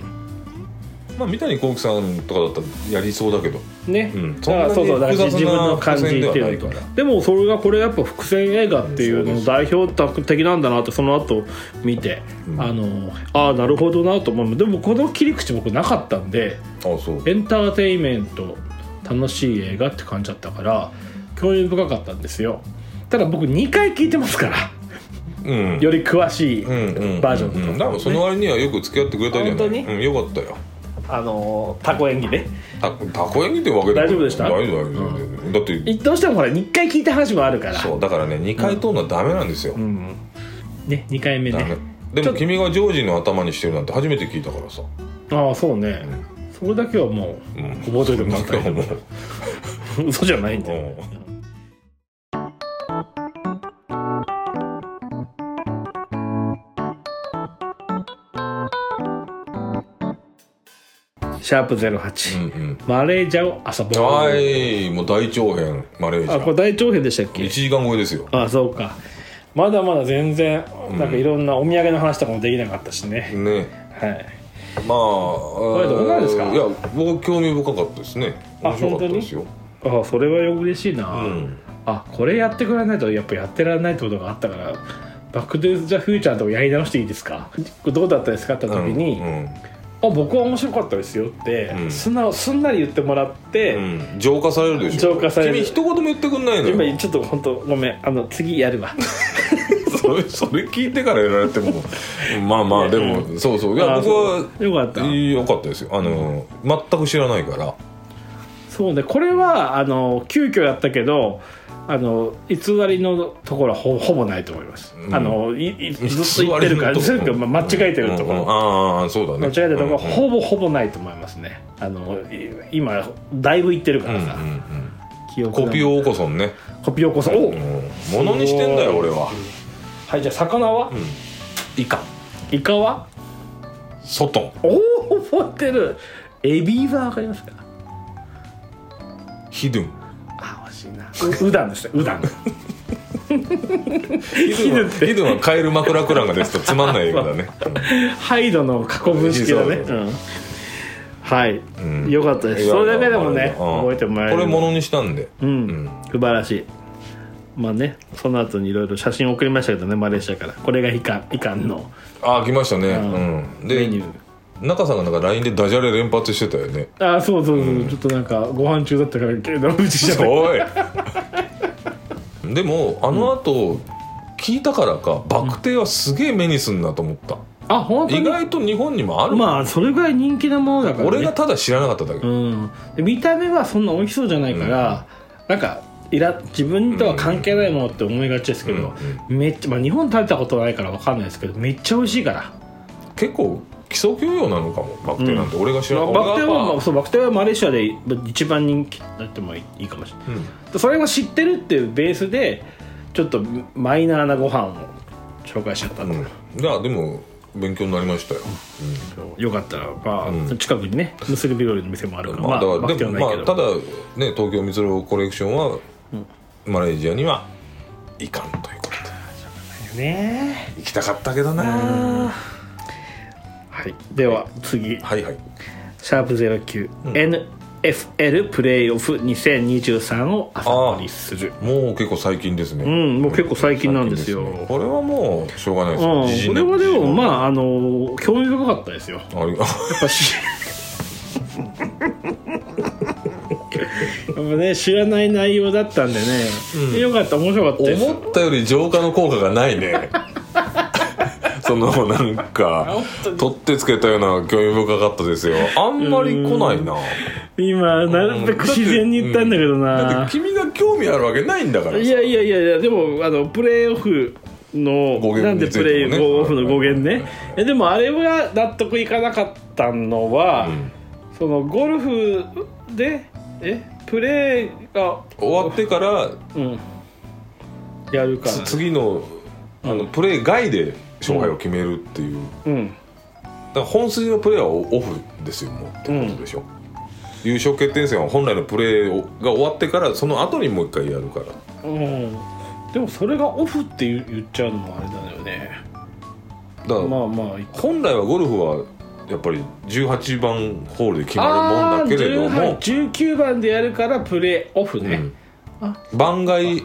[SPEAKER 1] まあ、三谷幸喜さんとかだったらやりそうだけど、
[SPEAKER 2] ね、
[SPEAKER 1] うん
[SPEAKER 2] だから
[SPEAKER 1] そ
[SPEAKER 2] そ
[SPEAKER 1] ん
[SPEAKER 2] う
[SPEAKER 1] なに
[SPEAKER 2] そ
[SPEAKER 1] 複
[SPEAKER 2] うだから
[SPEAKER 1] 雑な
[SPEAKER 2] 自分の感じって
[SPEAKER 1] 伏線ではないいうから
[SPEAKER 2] でもそれがこれやっぱ伏線映画っていうのの代表作的なんだなってその後見て、
[SPEAKER 1] うん
[SPEAKER 2] あのああなるほどなと思うでもこの切り口僕なかったんで
[SPEAKER 1] あそう
[SPEAKER 2] エンターテインメント楽しい映画って感じだったから興味深かったんですよただ僕2回聞いてますから
[SPEAKER 1] うん
[SPEAKER 2] より詳しいバージョンと、
[SPEAKER 1] うんうんだからその割にはよく付き合ってくれたじゃない
[SPEAKER 2] 本当に
[SPEAKER 1] うん、よかったよ
[SPEAKER 2] あのータコ演技ね
[SPEAKER 1] たたこ焼きってわけでも
[SPEAKER 2] 大丈夫でした
[SPEAKER 1] 大丈夫大丈夫大丈夫だって
[SPEAKER 2] どうしてもほら2回聞いた話もあるから
[SPEAKER 1] そうだからね2回通るのはダメなんですよ、
[SPEAKER 2] うんね2回目
[SPEAKER 1] ダ
[SPEAKER 2] ね
[SPEAKER 1] メで
[SPEAKER 2] ちょ
[SPEAKER 1] も
[SPEAKER 2] っと
[SPEAKER 1] 君がジョージの頭にしてるなんて初めて聞いたからさ、
[SPEAKER 2] ああそうね、それだけはもう
[SPEAKER 1] うん
[SPEAKER 2] 覚えといてください、
[SPEAKER 1] もう
[SPEAKER 2] 嘘じゃないんだよ
[SPEAKER 1] も
[SPEAKER 2] シャープ
[SPEAKER 1] う
[SPEAKER 2] 08、
[SPEAKER 1] んうん
[SPEAKER 2] マレージャーを朝ぼう
[SPEAKER 1] はいもう大長編マレージ
[SPEAKER 2] あこれ
[SPEAKER 1] ャ
[SPEAKER 2] 大長編でした
[SPEAKER 1] ー
[SPEAKER 2] っ
[SPEAKER 1] 1
[SPEAKER 2] け
[SPEAKER 1] 時間超えですよ
[SPEAKER 2] あそうかまだまだ全然なんかいろんなお土産の話とかもできなかったしね、
[SPEAKER 1] ね
[SPEAKER 2] はい
[SPEAKER 1] まあ
[SPEAKER 2] れどうなんですか
[SPEAKER 1] いや僕興味深かったですね
[SPEAKER 2] あ
[SPEAKER 1] 面白かったですよ
[SPEAKER 2] あそれは嬉しいな、
[SPEAKER 1] うん
[SPEAKER 2] あこれやってくれないとやっぱやってられないってことがあったからバック・ドゥ・ザ・フューチャー」とかやり直していいですかどうだったですかって言った時に、
[SPEAKER 1] うんうん
[SPEAKER 2] あ僕は面白かったですよって、
[SPEAKER 1] うん
[SPEAKER 2] 素直すんなり言ってもらって、
[SPEAKER 1] うん浄化されるでしょ
[SPEAKER 2] 浄化される
[SPEAKER 1] 君一言も言ってくんないの
[SPEAKER 2] 今
[SPEAKER 1] よ
[SPEAKER 2] ちょっと本当ごめんあの次やるわ
[SPEAKER 1] それそれ聞いてからやられても まあまあでも、そうそういや
[SPEAKER 2] あ
[SPEAKER 1] 僕は
[SPEAKER 2] そうよかった
[SPEAKER 1] 良かったですよあの、全く知らないから
[SPEAKER 2] そうねこれはあの急遽やったけどあの偽りのところはほほぼないと思います、
[SPEAKER 1] うん
[SPEAKER 2] あのいいずっと言ってるからずっと間違えてるとこ
[SPEAKER 1] う
[SPEAKER 2] ろ、
[SPEAKER 1] んうんああそうだね
[SPEAKER 2] 間違えてるところは
[SPEAKER 1] うんうん
[SPEAKER 2] ほぼほぼないと思いますねあのい今だいぶ言ってるから
[SPEAKER 1] う
[SPEAKER 2] さ、
[SPEAKER 1] んうんうん
[SPEAKER 2] 記憶が
[SPEAKER 1] コピオオコソンね
[SPEAKER 2] コピオこそお、
[SPEAKER 1] ものにしてんだよ俺は
[SPEAKER 2] はいじゃあ魚は、
[SPEAKER 1] イカ
[SPEAKER 2] イカは
[SPEAKER 1] ソトン
[SPEAKER 2] おお覚えてるエビはわかりますか
[SPEAKER 1] ヒドゥ ン
[SPEAKER 2] あ惜しいなううだんですねう だん
[SPEAKER 1] ヒドゥンはヒドゥンはカエル枕クランがですとつまんない映画だね
[SPEAKER 2] ハイドの過去分式だね、
[SPEAKER 1] そう
[SPEAKER 2] う、
[SPEAKER 1] そうん
[SPEAKER 2] はい、
[SPEAKER 1] うん
[SPEAKER 2] よかったです
[SPEAKER 1] 映画
[SPEAKER 2] それだけでもね
[SPEAKER 1] うん
[SPEAKER 2] 覚えてもらえる
[SPEAKER 1] これものにしたんで
[SPEAKER 2] うん、
[SPEAKER 1] うん
[SPEAKER 2] 素晴らしいまあねその後にいろいろ写真送りましたけどねマレーシアからこれがいかんいかんの
[SPEAKER 1] ああ来ましたね
[SPEAKER 2] ん
[SPEAKER 1] うん
[SPEAKER 2] メ
[SPEAKER 1] で
[SPEAKER 2] ニュー
[SPEAKER 1] 中さんがなんか LINE でダジャレ連発してたよね
[SPEAKER 2] ああそうそうそう、ちょっとなんかご飯中だったからけど無事じゃない
[SPEAKER 1] おいでもあの後聞いたからかバクテはすげえ目にすんなと思った
[SPEAKER 2] あ本当
[SPEAKER 1] 意
[SPEAKER 2] に
[SPEAKER 1] 外と日本にもある
[SPEAKER 2] まあそれぐらい人気なものだから、ね、
[SPEAKER 1] 俺がただ知らなかっただけ
[SPEAKER 2] うん、で見た目はそんな美味しそうじゃないから、なんかいら自分とは関係ないものって思いがちですけど、めっちゃ、まあ、日本食べたことないから分かんないですけどめっちゃ美味しいから
[SPEAKER 1] 結構基礎教養なのかもバクテなんて俺が知ら
[SPEAKER 2] バ
[SPEAKER 1] なか
[SPEAKER 2] ク
[SPEAKER 1] 俺
[SPEAKER 2] テリア
[SPEAKER 1] がやっぱ
[SPEAKER 2] はそうバクテリアはマレーシアで一番人気だってもいいかもしれないでそれを知ってるっていうベースでちょっとマイナーなご飯を紹介しちゃった
[SPEAKER 1] うん
[SPEAKER 2] の、
[SPEAKER 1] うんいやでも勉強になりましたよ、
[SPEAKER 2] よかったら、まあ近くにねムスリム料理の店もあるから、ま
[SPEAKER 1] ま
[SPEAKER 2] あ、
[SPEAKER 1] あだ
[SPEAKER 2] バ
[SPEAKER 1] か
[SPEAKER 2] ク
[SPEAKER 1] ら
[SPEAKER 2] テ
[SPEAKER 1] で
[SPEAKER 2] リア
[SPEAKER 1] も
[SPEAKER 2] はないけ
[SPEAKER 1] まあ
[SPEAKER 2] ど、
[SPEAKER 1] ただね東京みつろコレクションは、マレーシアにはいかんということで
[SPEAKER 2] ね
[SPEAKER 1] 行きたかったけどな
[SPEAKER 2] はい、では次
[SPEAKER 1] はいはい
[SPEAKER 2] シャープ 09NFL プレイオフ2023を朝取りする
[SPEAKER 1] もう結構最近ですね、
[SPEAKER 2] うんもう結構最近なんですよ
[SPEAKER 1] 最近これはもうしょうがないですよ
[SPEAKER 2] うん
[SPEAKER 1] 時事
[SPEAKER 2] こ
[SPEAKER 1] ね
[SPEAKER 2] れはでも
[SPEAKER 1] 時事
[SPEAKER 2] まああの興味深かったですよ
[SPEAKER 1] のあり
[SPEAKER 2] やっぱしやっぱね知らない内容だったんでね、よかった面白かったで す
[SPEAKER 1] 思ったより浄化の効果がない ねそのなんか
[SPEAKER 2] 本当に
[SPEAKER 1] 取ってつけたような興味深かったですよあんまり来ないな
[SPEAKER 2] 今なるべく自然に言ったんだけど
[SPEAKER 1] だ
[SPEAKER 2] な
[SPEAKER 1] って、君が興味あるわけないんだからさ
[SPEAKER 2] いやいやいやいやでもあのプレーオフの
[SPEAKER 1] 語源
[SPEAKER 2] なんで
[SPEAKER 1] につい
[SPEAKER 2] プレ
[SPEAKER 1] てもね
[SPEAKER 2] ーオフの語源
[SPEAKER 1] はい
[SPEAKER 2] ね
[SPEAKER 1] はい
[SPEAKER 2] えでもあれは納得いかなかったのは、
[SPEAKER 1] ん
[SPEAKER 2] そのゴルフでえプレーが、
[SPEAKER 1] 終わってから
[SPEAKER 2] うん、やるから
[SPEAKER 1] つ次のあのプレー外で勝敗を決めるっていう、
[SPEAKER 2] うん
[SPEAKER 1] だから本筋のプレーはオフですよもうってことでしょ、優勝決定戦は本来のプレーが終わってからその後にもう一回やるから
[SPEAKER 2] うんでもそれがオフって言う言っちゃうのもあれだよね
[SPEAKER 1] だから
[SPEAKER 2] まあまあ
[SPEAKER 1] 本来はゴルフはやっぱり18番ホールで決まるもんだけれど
[SPEAKER 2] あー
[SPEAKER 1] も、
[SPEAKER 2] 18 19番でやるからプレーオフね、
[SPEAKER 1] うん番外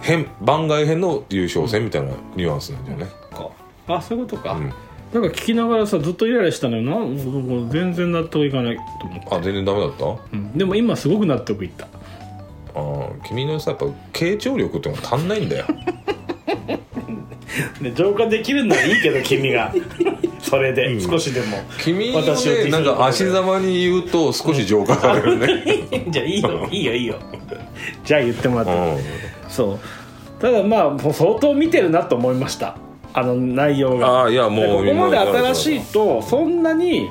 [SPEAKER 1] 編番外編の優勝戦みたいなニュアンスなんだよね、
[SPEAKER 2] かあそういうことか、
[SPEAKER 1] うん
[SPEAKER 2] なんか聞きながらさずっとイライラしたのよなもう全然納得いかないと思って、
[SPEAKER 1] あ全然ダメだった
[SPEAKER 2] うんでも今すごく納得いった
[SPEAKER 1] あー君のさやっぱ傾聴力ってのが足んないんだよ
[SPEAKER 2] で浄化できるのはいいけど君が それで、少しでも
[SPEAKER 1] 君の
[SPEAKER 2] 私を敵
[SPEAKER 1] ね
[SPEAKER 2] に
[SPEAKER 1] なんか足ざまに言うと少し浄化されるね、
[SPEAKER 2] じゃあいいよいいよいいよじゃあ言ってもらっ
[SPEAKER 1] う
[SPEAKER 2] て、そうただまあもう相当見てるなと思いましたあの内容
[SPEAKER 1] ん、
[SPEAKER 2] が
[SPEAKER 1] ああいやもう
[SPEAKER 2] でここまで新し
[SPEAKER 1] い
[SPEAKER 2] いとそんなに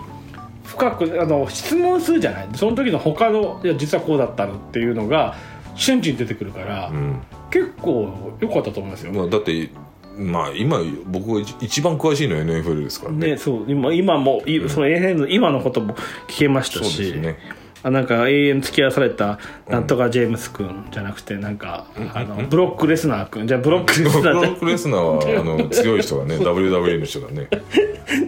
[SPEAKER 2] 深くあの質問するじゃないその時の他のいや実はこうだったのっていうのが瞬時に出てくるから、
[SPEAKER 1] うん
[SPEAKER 2] 結構良かったと思いますよ、
[SPEAKER 1] まあ、だってまあ今僕が一一番詳しいのは NFL ですからね
[SPEAKER 2] ね、そう今今も、いその永遠の今のことも聞けまし
[SPEAKER 1] そ
[SPEAKER 2] た
[SPEAKER 1] うで
[SPEAKER 2] し、
[SPEAKER 1] すね
[SPEAKER 2] あなんか永遠付き合わされたなんとかジェームス君じゃなくてなんか、あのブロックレスナー君じゃあブロックレス
[SPEAKER 1] ブ
[SPEAKER 2] ナー
[SPEAKER 1] ロ
[SPEAKER 2] じ ゃ
[SPEAKER 1] ックレスナーはあの強い人がね WWE の人がねブ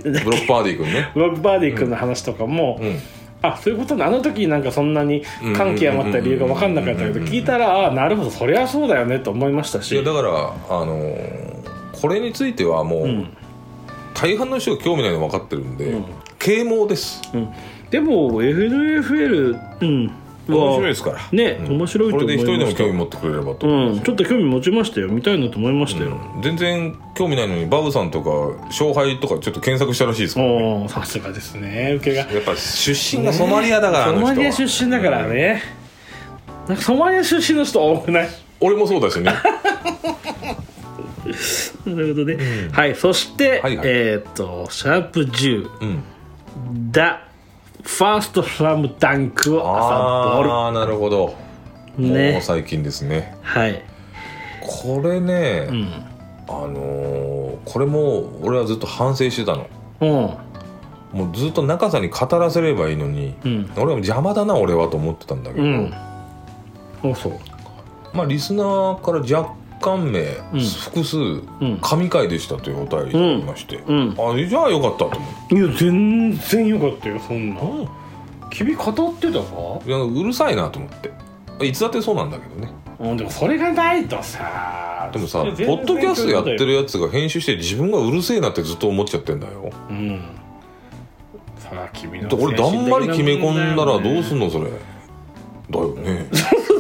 [SPEAKER 1] ロックパーディー君ね
[SPEAKER 2] ブロックバーディー君の話とかも、
[SPEAKER 1] ん
[SPEAKER 2] あそういうことねあの時なんかそんなに歓喜余った理由が分かんなかったけど聞いたらあなるほどそりゃそうだよねと思いました
[SPEAKER 1] い
[SPEAKER 2] し
[SPEAKER 1] やだからあのーこれについてはもう、
[SPEAKER 2] ん
[SPEAKER 1] 大半の人が興味ないの分かってるんで、
[SPEAKER 2] うん
[SPEAKER 1] 啓蒙です
[SPEAKER 2] うん、でも FNFL、うん、
[SPEAKER 1] 面白いですすから
[SPEAKER 2] ね面白いと思いました
[SPEAKER 1] これで一人でも興味持ってくれればと思い
[SPEAKER 2] うん
[SPEAKER 1] ま、す
[SPEAKER 2] ちょっと興味持ちましたよ見たいなと思いましたよ、
[SPEAKER 1] 全然興味ないのにバブさんとか勝敗とかちょっと検索したらしいですから
[SPEAKER 2] おおさすがですね受け
[SPEAKER 1] や
[SPEAKER 2] が
[SPEAKER 1] っぱ出身がソマリアだから、あの
[SPEAKER 2] ソ
[SPEAKER 1] 人は
[SPEAKER 2] マリア出身だからね、なんかソマリア出身の人多くない
[SPEAKER 1] 俺もそうだし ね
[SPEAKER 2] ということで、はいそして、
[SPEAKER 1] はいはい
[SPEAKER 2] えーっとシャープ10
[SPEAKER 1] うん
[SPEAKER 2] 「ダファーストスラムダンクを朝ボール
[SPEAKER 1] ああなるほど、
[SPEAKER 2] ね
[SPEAKER 1] もう最近ですね
[SPEAKER 2] はい、
[SPEAKER 1] これね、
[SPEAKER 2] うん、
[SPEAKER 1] あのーこれも俺はずっと反省してたの
[SPEAKER 2] うん
[SPEAKER 1] もうずっと中さんに語らせればいいのに、
[SPEAKER 2] うん
[SPEAKER 1] 俺は邪魔だな俺はと思ってたんだけど、
[SPEAKER 2] うんあそう
[SPEAKER 1] まあリスナーから若干名、
[SPEAKER 2] ん
[SPEAKER 1] 複数、
[SPEAKER 2] ん
[SPEAKER 1] 神回でしたというお便りがありまして、
[SPEAKER 2] うん
[SPEAKER 1] あじゃあよかったと思
[SPEAKER 2] いや全然よかったよそんな
[SPEAKER 1] う
[SPEAKER 2] 君語ってたか
[SPEAKER 1] いやうるさいなと思っていつだってそうなんだけどね
[SPEAKER 2] うんでもそれがないとさ
[SPEAKER 1] でもさ
[SPEAKER 2] そ
[SPEAKER 1] ポ
[SPEAKER 2] れ全然
[SPEAKER 1] ッドキャストやって
[SPEAKER 2] 共有だよ
[SPEAKER 1] るやつが編集して自分がうるせえなってずっと思っちゃってんだよ
[SPEAKER 2] うんそれは君
[SPEAKER 1] だ
[SPEAKER 2] の
[SPEAKER 1] から俺だんまり決め込んだらどうす
[SPEAKER 2] ん
[SPEAKER 1] んのそれだよね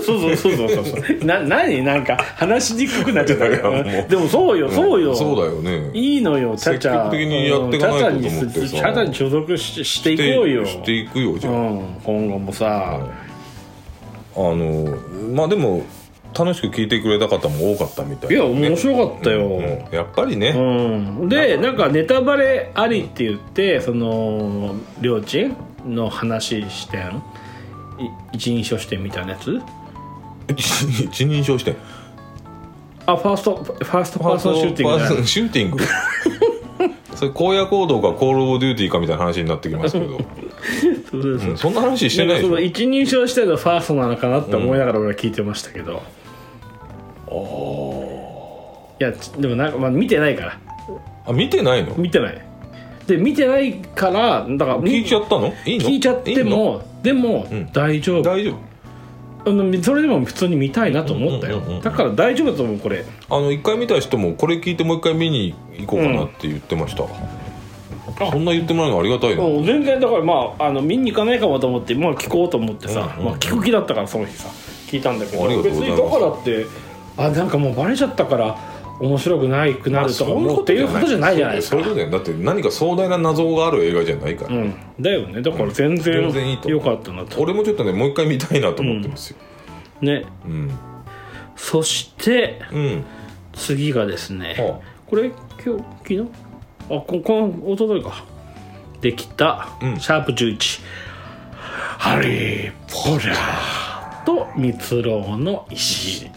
[SPEAKER 2] そうそうそうそうそうそう な何なんか話しにくくなっちゃった
[SPEAKER 1] いやもう
[SPEAKER 2] うんでもそうよそうよ、
[SPEAKER 1] そうだよね
[SPEAKER 2] いいのよチャチ
[SPEAKER 1] 積
[SPEAKER 2] ャ
[SPEAKER 1] 極的にやっていかないとと思ってさ
[SPEAKER 2] うんチャチャにチャチャに所属ししていこうよ
[SPEAKER 1] していくよじゃ
[SPEAKER 2] う
[SPEAKER 1] あ、
[SPEAKER 2] ん、今後もさ、
[SPEAKER 1] あのまあでも楽しく聞いてくれた方も多かったみたい、
[SPEAKER 2] いや面白かったよ、
[SPEAKER 1] うんやっぱりね、
[SPEAKER 2] うん、でなんかネタバレありって言ってその両親の話視点い一人称視点みたいなやつ
[SPEAKER 1] 一一人称視点
[SPEAKER 2] あファーストファーストパーソンシューティング
[SPEAKER 1] パ
[SPEAKER 2] だ
[SPEAKER 1] ーソンシューティング それ荒野行動かコール・オブ・デューティーかみたいな話になってきますけど、
[SPEAKER 2] そうそう そう
[SPEAKER 1] うんそんな話してない
[SPEAKER 2] なんか
[SPEAKER 1] で
[SPEAKER 2] そ
[SPEAKER 1] しょ
[SPEAKER 2] の一人称視点がファーストなのかなって思いながら俺は聞いてましたけど、いやちでもなんか、まあ、見てないから
[SPEAKER 1] あ見てないの
[SPEAKER 2] 見てないで見てないからだから
[SPEAKER 1] 聞いちゃったのいいの
[SPEAKER 2] 聞いちゃってもでも、
[SPEAKER 1] ん
[SPEAKER 2] 大丈
[SPEAKER 1] いいの
[SPEAKER 2] 夫
[SPEAKER 1] 大丈
[SPEAKER 2] あのそれでも普通に見たいなと思った
[SPEAKER 1] う
[SPEAKER 2] よ、
[SPEAKER 1] んうんうんうん
[SPEAKER 2] だから大丈夫だと思うこれ
[SPEAKER 1] 夫あの一回見た人もこれ聞いてもう一回見に行こうかなって言ってました、そんな言ってもらえるのありがたいな、
[SPEAKER 2] もう全然だからまああの見に行かないかもと思ってまあ聞こうと思ってさ、
[SPEAKER 1] うんうんうん
[SPEAKER 2] まあ、聞く気だったからその日さ聞いたんだけど
[SPEAKER 1] ありがとう
[SPEAKER 2] 別
[SPEAKER 1] ござい
[SPEAKER 2] に
[SPEAKER 1] ます
[SPEAKER 2] だからってあなんかもうバレちゃったから面白くないくなるとか思うっていうことじゃないじゃないです
[SPEAKER 1] そ
[SPEAKER 2] か
[SPEAKER 1] ういうことだよだって何か壮大な謎がある映画じゃないから、
[SPEAKER 2] うん、だよねだから全然
[SPEAKER 1] 全然いいと思
[SPEAKER 2] 良
[SPEAKER 1] う
[SPEAKER 2] かったなと
[SPEAKER 1] 俺もちょっとねもう一回見たいなと思ってますよ
[SPEAKER 2] ね
[SPEAKER 1] うん
[SPEAKER 2] そして
[SPEAKER 1] うん、
[SPEAKER 2] 次がですね、
[SPEAKER 1] は
[SPEAKER 2] これ今日昨日あここのおとといかできた、
[SPEAKER 1] うん
[SPEAKER 2] シャープ11「ハリー・ポッター」と「蜜蝋の石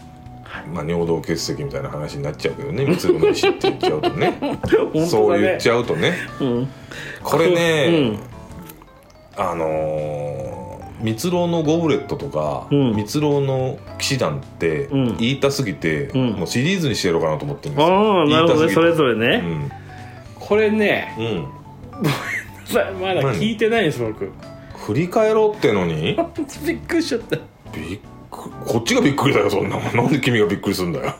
[SPEAKER 1] あまあ、尿道結石みたいな話になっちゃうけどね三つ子の石って言っちゃうと ね」そう言っち
[SPEAKER 2] ゃ
[SPEAKER 1] ゃうとね
[SPEAKER 2] う、うん、
[SPEAKER 1] これね、
[SPEAKER 2] うん
[SPEAKER 1] あのー蜜蝋のゴブレットとか、
[SPEAKER 2] うん
[SPEAKER 1] 蜜蝋の騎士団って
[SPEAKER 2] ん
[SPEAKER 1] 言いたすぎて、
[SPEAKER 2] ん
[SPEAKER 1] もうシリーズにしてやろうかなと思ってるんです
[SPEAKER 2] あ
[SPEAKER 1] よ
[SPEAKER 2] あなるほどねそれ
[SPEAKER 1] れ
[SPEAKER 2] ぞれね、これね
[SPEAKER 1] うん、うん、
[SPEAKER 2] さまだ聞いてないんです僕
[SPEAKER 1] 振り返ろうってのに
[SPEAKER 2] びっくりしちゃった
[SPEAKER 1] びっくこっちがびっくりだよそんな もんなんで君がびっくりするんだ よ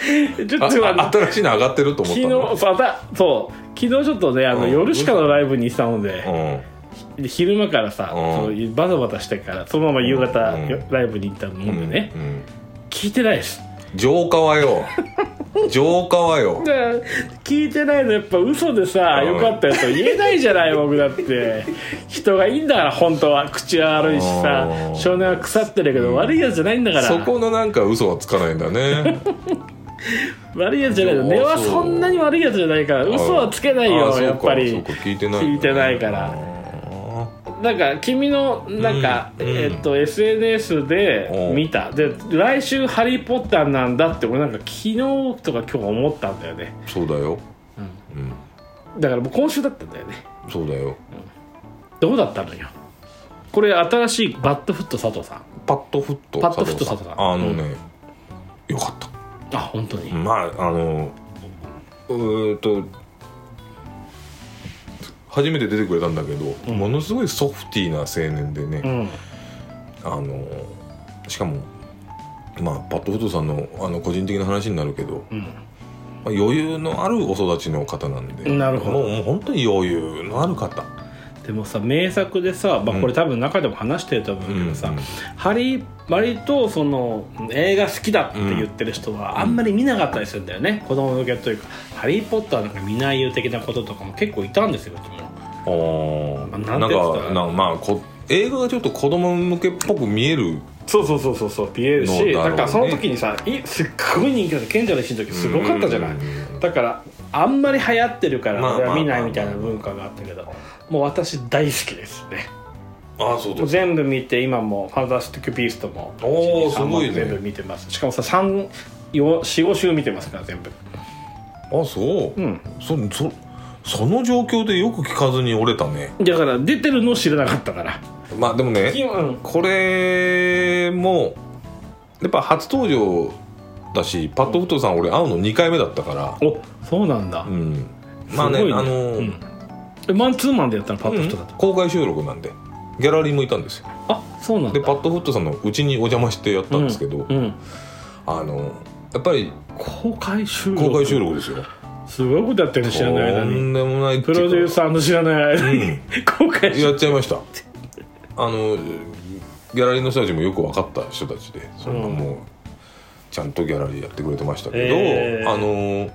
[SPEAKER 2] ちょ
[SPEAKER 1] あ
[SPEAKER 2] っとあ
[SPEAKER 1] あ
[SPEAKER 2] の
[SPEAKER 1] 新しいの上がってると思っ
[SPEAKER 2] 昨
[SPEAKER 1] た
[SPEAKER 2] 日
[SPEAKER 1] の
[SPEAKER 2] そうあたそう昨日ちょっとねあの、
[SPEAKER 1] うん
[SPEAKER 2] 夜しかのライブにいたので、
[SPEAKER 1] うん
[SPEAKER 2] で昼間からさ、
[SPEAKER 1] うん
[SPEAKER 2] そうバタバタしてからそのまま夕方、
[SPEAKER 1] うん
[SPEAKER 2] よライブに行ったもんでね、
[SPEAKER 1] うん
[SPEAKER 2] 聞いてないです
[SPEAKER 1] 浄化は よ浄化はよ
[SPEAKER 2] だから聞いてないのやっぱ嘘でさ、
[SPEAKER 1] うん
[SPEAKER 2] よかったよと言えないじ ゃない僕だって人がいいんだから本当は口は悪いしさ
[SPEAKER 1] うん
[SPEAKER 2] 少年は腐ってるけど、悪いやつじゃないんだから
[SPEAKER 1] そこのなんか嘘はつかないんだね
[SPEAKER 2] 悪いやつじゃないの
[SPEAKER 1] そう
[SPEAKER 2] 根はそんなに悪いやつじゃないから嘘はつけ ない
[SPEAKER 1] あー
[SPEAKER 2] よ
[SPEAKER 1] そうか
[SPEAKER 2] やっぱり
[SPEAKER 1] そうか聞いてないんだね
[SPEAKER 2] 聞いてないから
[SPEAKER 1] あ
[SPEAKER 2] なんか君のなんか、
[SPEAKER 1] うん
[SPEAKER 2] えっと SNS で
[SPEAKER 1] うん
[SPEAKER 2] 見たで来週「ハリー・ポッター」なんだって俺なんか昨日とか今日思ったんだよね
[SPEAKER 1] ーそうだようん、
[SPEAKER 2] だからもう今週だったんだよね
[SPEAKER 1] そうだよ
[SPEAKER 2] どうだったのよこれ新しいバッドフット佐藤さん
[SPEAKER 1] パッドフット
[SPEAKER 2] パッドフット
[SPEAKER 1] 佐
[SPEAKER 2] 佐
[SPEAKER 1] 藤
[SPEAKER 2] 藤
[SPEAKER 1] さ
[SPEAKER 2] さ
[SPEAKER 1] ん
[SPEAKER 2] ん
[SPEAKER 1] あのね、よかった
[SPEAKER 2] あ本当に、
[SPEAKER 1] まああのうーっと初めて出てくれたんだけど、ものすごいソフティーな青年で
[SPEAKER 2] う
[SPEAKER 1] ね、
[SPEAKER 2] ん、
[SPEAKER 1] あのしかもまあパッドフットさんのあの個人的な話になるけど、
[SPEAKER 2] うん
[SPEAKER 1] まあ、余裕のあるお育ちの方なんで
[SPEAKER 2] なるほど
[SPEAKER 1] もうもう本当に余裕のある方
[SPEAKER 2] でもさ名作でさ、まあ、これ多分中でも話してると思うけどさ、
[SPEAKER 1] うんうん
[SPEAKER 2] 割割とその映画好きだって言ってる人はあんまり見なかったりするんだよね、子供向けというか「ハリー・ポッター」なんか見ないよ的なこととかも結構いたんですようちも
[SPEAKER 1] ああ
[SPEAKER 2] な
[SPEAKER 1] なんん
[SPEAKER 2] て言ってた
[SPEAKER 1] かなまあこ映画がちょっと子供向けっぽく見える
[SPEAKER 2] そうそうそうそうそう見えるし
[SPEAKER 1] のだろうね
[SPEAKER 2] だからその時にさいすっごい人気だった賢者の石の時すごかったじゃない
[SPEAKER 1] うんうんうん
[SPEAKER 2] だからあんまり流行ってるから
[SPEAKER 1] まあまあ
[SPEAKER 2] 俺は見ないみたいな文化があったけどもう私大好きですね
[SPEAKER 1] ああそう
[SPEAKER 2] もう
[SPEAKER 1] です
[SPEAKER 2] 全部見て今も「ファンタスティック・ビーストも」
[SPEAKER 1] おーすごいね
[SPEAKER 2] 全部見てますしかもさ45週見てますから全部
[SPEAKER 1] あそう、
[SPEAKER 2] うん
[SPEAKER 1] そそその状況でよく聞かずに折れたね
[SPEAKER 2] だから出てるの知らなかったから
[SPEAKER 1] まあでもね
[SPEAKER 2] 今うん
[SPEAKER 1] これもやっぱ初登場だしパッドフットさん俺会うの2回目だったから
[SPEAKER 2] おそうなんだ、
[SPEAKER 1] うんまあね
[SPEAKER 2] すごい
[SPEAKER 1] あの
[SPEAKER 2] うんえマンツーマンでやったのパッと人だと、
[SPEAKER 1] 公開収録なんでギャラリーもいたんですよ
[SPEAKER 2] あそうなんだ
[SPEAKER 1] でパッドフットさんのうちにお邪魔してやったんですけど、
[SPEAKER 2] うんうん
[SPEAKER 1] あのやっぱり
[SPEAKER 2] 公開収録
[SPEAKER 1] 公開収録ですよ
[SPEAKER 2] すごいことやってるの知らない間
[SPEAKER 1] と
[SPEAKER 2] に
[SPEAKER 1] んでもないって
[SPEAKER 2] プ
[SPEAKER 1] いうか
[SPEAKER 2] ロデューサーの知らない間に、公開 収
[SPEAKER 1] や
[SPEAKER 2] 録
[SPEAKER 1] っちゃいましたあのギャラリーの人たちもよく分かった人たちでそんな
[SPEAKER 2] うん
[SPEAKER 1] もうちゃんとギャラリーやってくれてましたけど、
[SPEAKER 2] えー
[SPEAKER 1] あの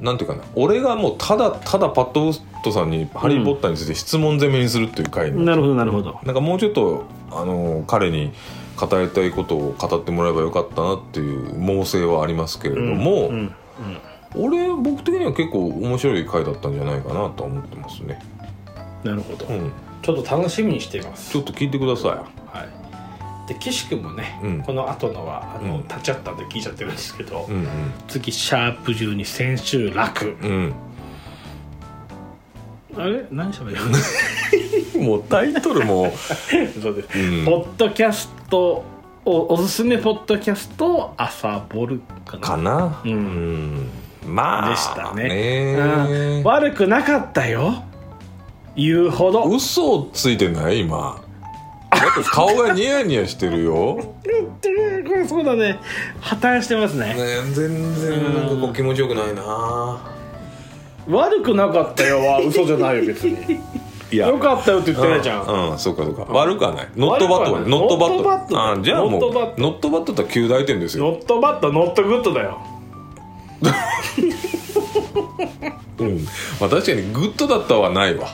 [SPEAKER 1] なんていうかな俺がもうただただパッドウッドさんに「ハリー・ポッター」について質問攻めにするっていう回に、
[SPEAKER 2] なるほどなるほど
[SPEAKER 1] なんかもうちょっとあの彼に語りたいことを語ってもらえばよかったなっていう猛省はありますけれども、
[SPEAKER 2] うんうん
[SPEAKER 1] 俺僕的には結構面白い回だったんじゃないかなとは思ってますね、
[SPEAKER 2] なるほど、
[SPEAKER 1] うん、
[SPEAKER 2] ちょっと楽しみにしています
[SPEAKER 1] ちょっと聞いてくださ
[SPEAKER 2] はい、で岸君もね、
[SPEAKER 1] うん
[SPEAKER 2] この後のはあの、
[SPEAKER 1] うん
[SPEAKER 2] 立ち会ったんで聞いちゃってるんですけど、
[SPEAKER 1] いうん
[SPEAKER 2] 次シャープ12千秋楽
[SPEAKER 1] うん
[SPEAKER 2] あれ何しゃべる
[SPEAKER 1] うんもうタイトルも
[SPEAKER 2] そうです、
[SPEAKER 1] うん
[SPEAKER 2] ポッドキャストおおすすめポッドキャスト朝ボルかな
[SPEAKER 1] かな、
[SPEAKER 2] うん
[SPEAKER 1] うんまあ
[SPEAKER 2] でしたねうん
[SPEAKER 1] ね
[SPEAKER 2] 悪くなかったよ言うほど
[SPEAKER 1] 嘘をついてない今だって顔がニヤニヤしてるよ、
[SPEAKER 2] そうだね破綻してますね
[SPEAKER 1] ね、全然なんかこう気持ちよくないな
[SPEAKER 2] 悪くなかったよは嘘じゃないよ別に
[SPEAKER 1] いや
[SPEAKER 2] よかったよって言ってないじゃん、
[SPEAKER 1] うん、うんそうかそうか悪くはないノットバットはねノ
[SPEAKER 2] 悪
[SPEAKER 1] ット
[SPEAKER 2] く
[SPEAKER 1] バ
[SPEAKER 2] はな
[SPEAKER 1] ット
[SPEAKER 2] いノットバットだ
[SPEAKER 1] あじゃあもう
[SPEAKER 2] ノットバット
[SPEAKER 1] ノットバットだったら9大点ですよ
[SPEAKER 2] ノットバッドノットグッドだよ
[SPEAKER 1] うんまあ確かにグッドだったはないわ、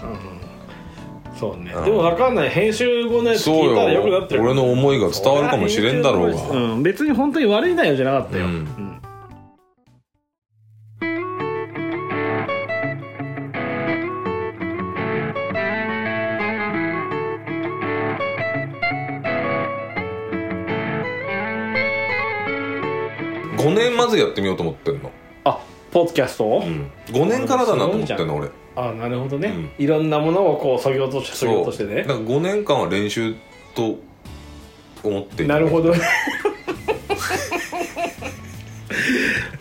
[SPEAKER 2] そうね、
[SPEAKER 1] ん
[SPEAKER 2] でも分かんない編集後のやつ
[SPEAKER 1] そう
[SPEAKER 2] 聞いたらよくな
[SPEAKER 1] よ
[SPEAKER 2] ってる
[SPEAKER 1] 俺の思いが伝わるかもしれんだろうが
[SPEAKER 2] うん、別に本当に悪い内容じゃなかったよ、
[SPEAKER 1] うん5年まずやってみようと思ってんの、
[SPEAKER 2] あポッドキャストを、
[SPEAKER 1] 5年からだなと思ってんの俺
[SPEAKER 2] あなるほどね、
[SPEAKER 1] うん
[SPEAKER 2] いろんなものをこう削ぎ落として削ぎ
[SPEAKER 1] そう
[SPEAKER 2] 落として
[SPEAKER 1] だ
[SPEAKER 2] ね
[SPEAKER 1] から5年間は練習と思ってい
[SPEAKER 2] なる ほどね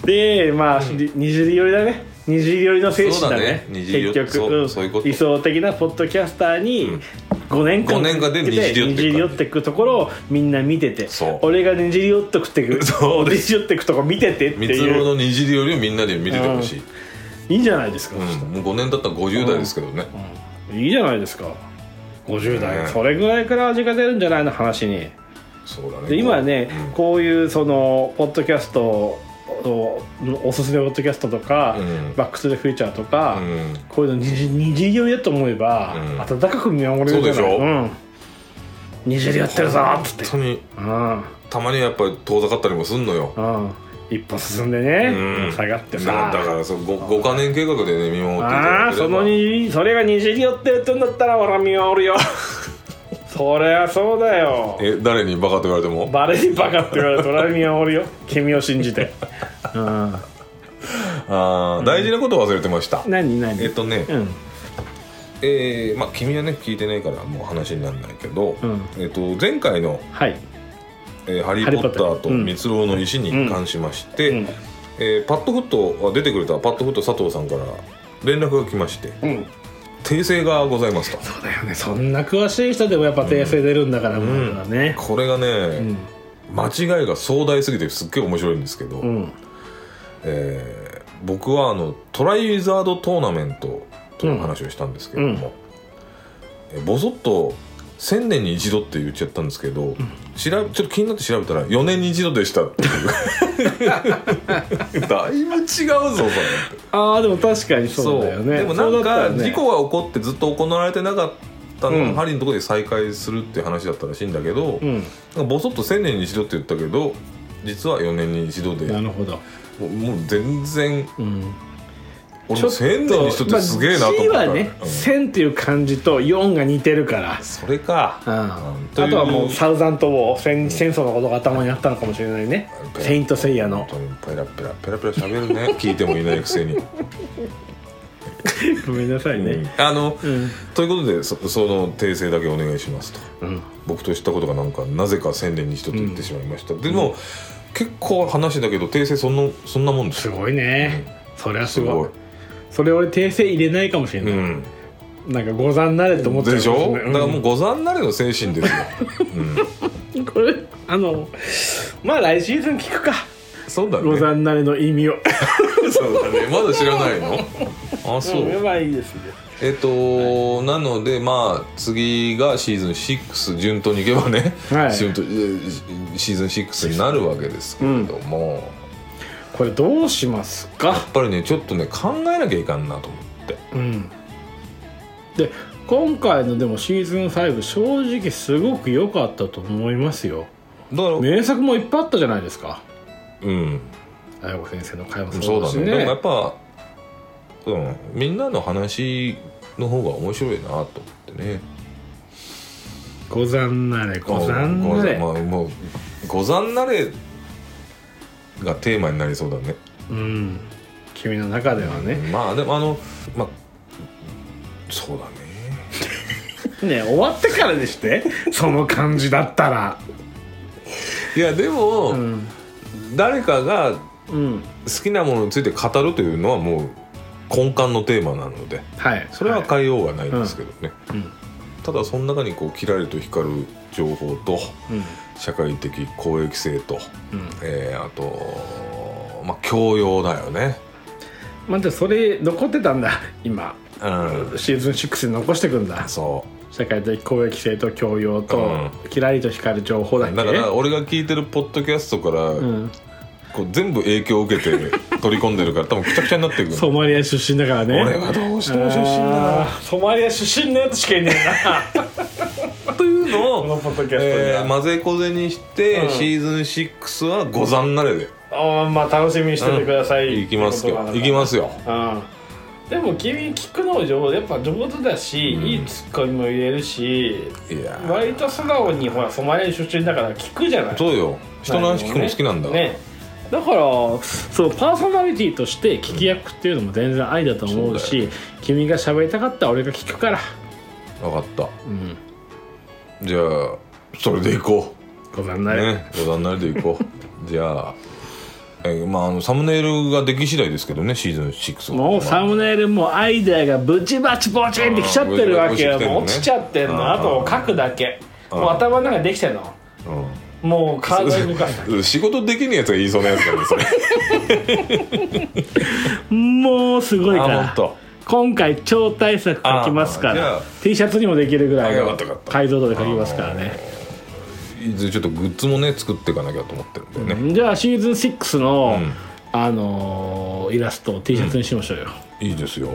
[SPEAKER 2] でまあ、二重寄りだね二重寄りの精神だ
[SPEAKER 1] そ
[SPEAKER 2] ね
[SPEAKER 1] うだね二重寄り
[SPEAKER 2] 結
[SPEAKER 1] そ
[SPEAKER 2] 局
[SPEAKER 1] うんそういうこと
[SPEAKER 2] 理想的なポッドキャスターに
[SPEAKER 1] うん
[SPEAKER 2] 5年間
[SPEAKER 1] 五年間で
[SPEAKER 2] かけて
[SPEAKER 1] 二
[SPEAKER 2] 二
[SPEAKER 1] 重
[SPEAKER 2] 重
[SPEAKER 1] 寄
[SPEAKER 2] 寄
[SPEAKER 1] っ
[SPEAKER 2] っててくところをみんな見てて
[SPEAKER 1] そう
[SPEAKER 2] 俺が二重寄ってくってく
[SPEAKER 1] そう
[SPEAKER 2] 二重寄ってくとこ見ててって
[SPEAKER 1] 三つ郎
[SPEAKER 2] いう
[SPEAKER 1] のにじりよりをみんなで見ててほしい、
[SPEAKER 2] いいんじゃないですか、
[SPEAKER 1] うんもう5年だったら50代ですけどね、
[SPEAKER 2] いいじゃないですか50代、
[SPEAKER 1] ね
[SPEAKER 2] それぐらいから味が出るんじゃないの話に
[SPEAKER 1] そうだね
[SPEAKER 2] で今はね、
[SPEAKER 1] うん
[SPEAKER 2] こういうそのポッドキャストをおすすめポッドキャストとか、
[SPEAKER 1] うん
[SPEAKER 2] バック・トゥ・ザ・フューチャーとか、
[SPEAKER 1] うん
[SPEAKER 2] こういうの二次二次流やと思えば、
[SPEAKER 1] うん
[SPEAKER 2] 温かく見守れるじゃない
[SPEAKER 1] そうでしょ
[SPEAKER 2] ん、二次流やってるぞっつって
[SPEAKER 1] 本当に
[SPEAKER 2] うん
[SPEAKER 1] たまにはやっぱり遠ざかったりもすんのよ、
[SPEAKER 2] うん一歩進んでね、
[SPEAKER 1] うん
[SPEAKER 2] 下がって
[SPEAKER 1] な
[SPEAKER 2] さ
[SPEAKER 1] だからそうご5か年計画でね見守っていた
[SPEAKER 2] あ
[SPEAKER 1] だ
[SPEAKER 2] あ
[SPEAKER 1] けれ
[SPEAKER 2] その
[SPEAKER 1] ば
[SPEAKER 2] にそれがにじり寄ってるってんだったら俺は見守るよ そりゃそうだよ
[SPEAKER 1] え誰にバカと言われても
[SPEAKER 2] バレにバカって言われて俺は見守るよ君を信じてうん
[SPEAKER 1] あー大事なこと忘れてました、
[SPEAKER 2] 何何
[SPEAKER 1] えっとね、
[SPEAKER 2] うん
[SPEAKER 1] えーまあ君はね聞いてないからもう話にならないけど、
[SPEAKER 2] うん
[SPEAKER 1] えっと前回の
[SPEAKER 2] はい
[SPEAKER 1] 「えーハリ
[SPEAKER 2] ハリ
[SPEAKER 1] ー・
[SPEAKER 2] ー
[SPEAKER 1] ポ
[SPEAKER 2] ポ
[SPEAKER 1] ッ
[SPEAKER 2] ッ
[SPEAKER 1] タ
[SPEAKER 2] ター
[SPEAKER 1] ーと
[SPEAKER 2] うん
[SPEAKER 1] 蜜蝋の石」に関しまして、
[SPEAKER 2] うん
[SPEAKER 1] えーパッドフット出てくれたパッドフット佐藤さんから連絡が来まして
[SPEAKER 2] うん
[SPEAKER 1] 「訂正がございます」と
[SPEAKER 2] そうだよねそんな詳しい人でもやっぱ訂正出るんだから、もうだね
[SPEAKER 1] これがね、間違いが壮大すぎてすっげえ面白いんですけど、
[SPEAKER 2] うん
[SPEAKER 1] え僕はあのトライウィザードトーナメントという話をしたんですけれども、えぼそっと1000年に一度って言っちゃったんですけど、調べちょっと気になって調べたら4年に一度でしたって いうだいぶ違うぞそれ
[SPEAKER 2] ああでも確かにそうだよね
[SPEAKER 1] でもなんか事
[SPEAKER 2] は
[SPEAKER 1] 故が起こってずっと行われてなかったのが、
[SPEAKER 2] うん
[SPEAKER 1] ハリーのところで再開するっていう話だったらしいんだけど、
[SPEAKER 2] うん
[SPEAKER 1] ぼそっと1000年に一度って言ったけど実は4年に一度で
[SPEAKER 2] な
[SPEAKER 1] も
[SPEAKER 2] るほど、
[SPEAKER 1] うもう全然
[SPEAKER 2] うん、
[SPEAKER 1] 俺も1000年に一度ってすげえなと思った、
[SPEAKER 2] まあ G はね「
[SPEAKER 1] うん
[SPEAKER 2] 1000」っていう漢字と「4」が似てるから
[SPEAKER 1] それか、
[SPEAKER 2] あ
[SPEAKER 1] とい
[SPEAKER 2] とはもうサウザンとウォー戦戦争のことが頭にあったのかもしれないね「セイント・セイヤ」の
[SPEAKER 1] 本当にペラペラペラペラ喋るね聞いてもいないくせに、
[SPEAKER 2] ごめんなさい
[SPEAKER 1] うん
[SPEAKER 2] ね
[SPEAKER 1] あの、
[SPEAKER 2] うん、
[SPEAKER 1] ということでそその訂正だけお願いしますと
[SPEAKER 2] うん、
[SPEAKER 1] 僕としたことがなんかなぜか千年に一度と言ってしまいました、でも、結構話だけど訂正そんなそんなもんです
[SPEAKER 2] す
[SPEAKER 1] よ
[SPEAKER 2] ごいね、そりゃす
[SPEAKER 1] す
[SPEAKER 2] ご
[SPEAKER 1] ご
[SPEAKER 2] い
[SPEAKER 1] い
[SPEAKER 2] それ俺訂正入れないかもしれ
[SPEAKER 1] う
[SPEAKER 2] ない、
[SPEAKER 1] ん
[SPEAKER 2] なんか誤算なれと思って
[SPEAKER 1] でしょ、だから
[SPEAKER 2] う
[SPEAKER 1] も
[SPEAKER 2] ん
[SPEAKER 1] うござんなれの精神ですよ、うん、
[SPEAKER 2] これあのまあ来シーズン聞くか
[SPEAKER 1] そうだね
[SPEAKER 2] 誤算なれの意味を
[SPEAKER 1] そうだねまだ知らない のあそう、
[SPEAKER 2] うんまあいいですね
[SPEAKER 1] えっと、なのでまあ次がシーズン6順当にいけばね、
[SPEAKER 2] はい
[SPEAKER 1] 順当えーシーズン6になるわけですけれども、や
[SPEAKER 2] これどうしますか
[SPEAKER 1] っぱりねちょっとね考えなきゃいかんなと思って
[SPEAKER 2] うんで今回のでもシーズン5正直すごく良かったと思いますよ
[SPEAKER 1] だから、
[SPEAKER 2] 名作もいっぱいあったじゃないですか
[SPEAKER 1] うん
[SPEAKER 2] 大子先生の会話も
[SPEAKER 1] そうだ
[SPEAKER 2] し
[SPEAKER 1] ねでもやっぱ、うん、みんなの話の方が面白いなと思ってね
[SPEAKER 2] ござんなれござんなれ
[SPEAKER 1] ござんまあもうござんなれがテーマになりそうだね
[SPEAKER 2] うん君の中ではね
[SPEAKER 1] まあでもあのまあそうだね
[SPEAKER 2] ね終わってからにして その感じだったら
[SPEAKER 1] いやでも、
[SPEAKER 2] うん
[SPEAKER 1] 誰かが好
[SPEAKER 2] うん
[SPEAKER 1] きなものについて語るというのはもう根幹のテーマなので
[SPEAKER 2] はい
[SPEAKER 1] それはい変えようがないんですけどね、
[SPEAKER 2] うん
[SPEAKER 1] ただその中にこうキラリと光る情報と
[SPEAKER 2] うん
[SPEAKER 1] 社会的公益性と、
[SPEAKER 2] うん
[SPEAKER 1] えーあとまあ教養だよね、
[SPEAKER 2] まあじゃあそれ残ってたんだ今
[SPEAKER 1] うん、
[SPEAKER 2] シーズン6に残してくんだ
[SPEAKER 1] そ
[SPEAKER 2] 社会的公益性と教養と、キラリと光る情報だっ
[SPEAKER 1] う
[SPEAKER 2] け
[SPEAKER 1] だから俺が聞いてるポッドキャストから、
[SPEAKER 2] うん、
[SPEAKER 1] こう全部影響を受けて取り込んでるから多分くちゃくちゃになっていく
[SPEAKER 2] ソマリア出身だからね
[SPEAKER 1] 俺はどうしても出身だ
[SPEAKER 2] あーソマリア出身のやつしかいね え
[SPEAKER 1] なというのを
[SPEAKER 2] このポッドキャストには
[SPEAKER 1] えー混ぜこぜにして、
[SPEAKER 2] うん
[SPEAKER 1] シーズン6はござんなれで
[SPEAKER 2] なあーまあ楽しみにしててください、
[SPEAKER 1] いきますよ
[SPEAKER 2] ってこと
[SPEAKER 1] い
[SPEAKER 2] な
[SPEAKER 1] きますよ
[SPEAKER 2] のかうんでも君聞くの上手やっぱ上手だし、
[SPEAKER 1] うん
[SPEAKER 2] いいツッコミも入れるし
[SPEAKER 1] いやー
[SPEAKER 2] 割と素直にほらソマリア出身だから聞くじゃない
[SPEAKER 1] そうよ人の話聞くの好きなんだ、
[SPEAKER 2] ねだからそうパーソナリティとして聞き役っていうのも全然愛だと思うし、君が喋りたかったら俺が聞くから、
[SPEAKER 1] 分かった
[SPEAKER 2] うん、
[SPEAKER 1] じゃあそれでいこ
[SPEAKER 2] ごめん
[SPEAKER 1] う
[SPEAKER 2] な
[SPEAKER 1] ねござんなれでいこ うじゃあえーまあ、あのサムネイルができ次第ですけどねシーズン6は
[SPEAKER 2] もうサムネイルもアイデアがブチバチボチンってきちゃってるわけよ
[SPEAKER 1] うん
[SPEAKER 2] もう落ちちゃってんの
[SPEAKER 1] あ
[SPEAKER 2] あ
[SPEAKER 1] ー
[SPEAKER 2] と書くだけ
[SPEAKER 1] ん
[SPEAKER 2] もう頭の中にできてんのもう体動かすだ
[SPEAKER 1] うん、仕事できねえやつが言いそうなやつだね それ
[SPEAKER 2] けもうすごいか
[SPEAKER 1] あほん
[SPEAKER 2] ら
[SPEAKER 1] と
[SPEAKER 2] 今回超大作書きますか
[SPEAKER 1] あーじゃ
[SPEAKER 2] ら
[SPEAKER 1] あ
[SPEAKER 2] T シャツにもできるぐらい
[SPEAKER 1] あよか
[SPEAKER 2] の
[SPEAKER 1] ったよかった
[SPEAKER 2] 解像度で書きますからね
[SPEAKER 1] いずれちょっとグッズもね作っていかなきゃと思ってるんだよね、
[SPEAKER 2] じゃあシーズン6の、
[SPEAKER 1] うん
[SPEAKER 2] あのーイラストを T シャツにしましょうよ、
[SPEAKER 1] いいですよ、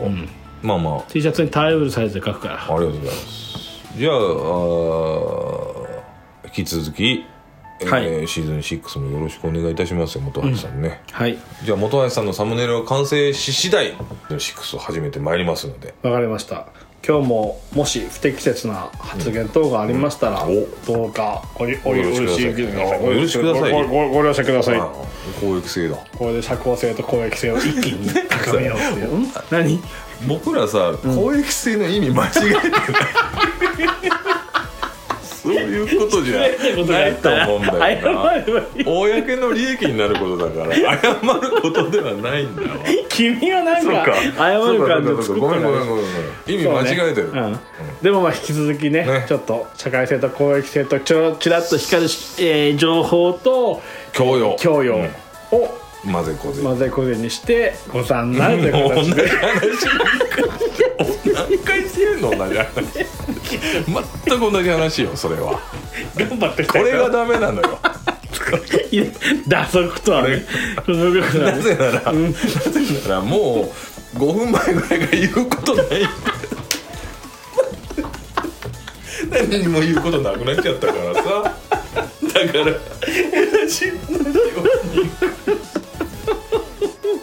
[SPEAKER 1] まあまあ
[SPEAKER 2] T シャツにタイルサイズで書く
[SPEAKER 1] あ
[SPEAKER 2] か
[SPEAKER 1] りがとうございます。じゃあ、あー引き続き、えー
[SPEAKER 2] はい
[SPEAKER 1] シーズン6もよろしくお願いいたしますよ、元橋さんね。
[SPEAKER 2] らはい
[SPEAKER 1] じゃあ、元橋さんのサムネイルが完成し次第、6を始めてまいりますので。
[SPEAKER 2] わかりました今日ももし不適切な発言等がありましたら、
[SPEAKER 1] うん
[SPEAKER 2] どうかごりお
[SPEAKER 1] よろしください
[SPEAKER 2] ご
[SPEAKER 1] よろしください
[SPEAKER 2] ごごごご了承ください
[SPEAKER 1] あー公益性だ。
[SPEAKER 2] これで社交性と公益性を一気に高めようって いうん何
[SPEAKER 1] 僕らさ、公益性の意味間違えてない。そういうことじゃないと思うんだよな。
[SPEAKER 2] 謝ればいい
[SPEAKER 1] 公の利益になることだから、謝ることではないんだわ。
[SPEAKER 2] 君はなん
[SPEAKER 1] そう
[SPEAKER 2] か
[SPEAKER 1] か。
[SPEAKER 2] 謝る感じを作って
[SPEAKER 1] ごめんごめん
[SPEAKER 2] ん
[SPEAKER 1] ごめんごめん。意味間違えてる。
[SPEAKER 2] うん、でもまあ引き続きね
[SPEAKER 1] ね
[SPEAKER 2] ちょっと社会性と公益性とちょちらっと光るし、えー情報と
[SPEAKER 1] 教養。
[SPEAKER 2] 教養を
[SPEAKER 1] 混ぜこぜ
[SPEAKER 2] 混ぜこぜにして誤算になるという形で
[SPEAKER 1] 何回してんの同じ話全く同じ話よそれ は
[SPEAKER 2] 頑張ってく
[SPEAKER 1] これが
[SPEAKER 2] だ
[SPEAKER 1] ダメなの よ
[SPEAKER 2] 打足とはね打足とは
[SPEAKER 1] な
[SPEAKER 2] ね
[SPEAKER 1] ぜなら、なぜならもう5分前ぐらいから言うことない何にも言うことなくなっちゃったからさだから同じ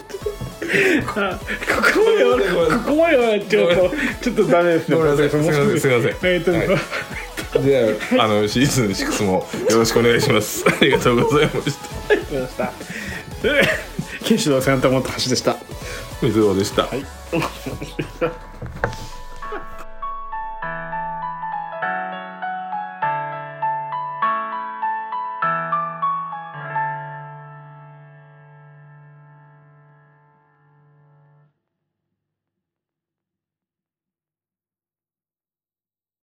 [SPEAKER 1] ごめんなさい
[SPEAKER 2] あここまではここまではちょっとちょっとダメですね
[SPEAKER 1] ごめんなさいすいませんすいません
[SPEAKER 2] えっと
[SPEAKER 1] はいじゃああのシーズン6もよろしくお願いしますありがとうございました
[SPEAKER 2] そうでしたで剣士の先端もと橋でした
[SPEAKER 1] 水尾でした、
[SPEAKER 2] はい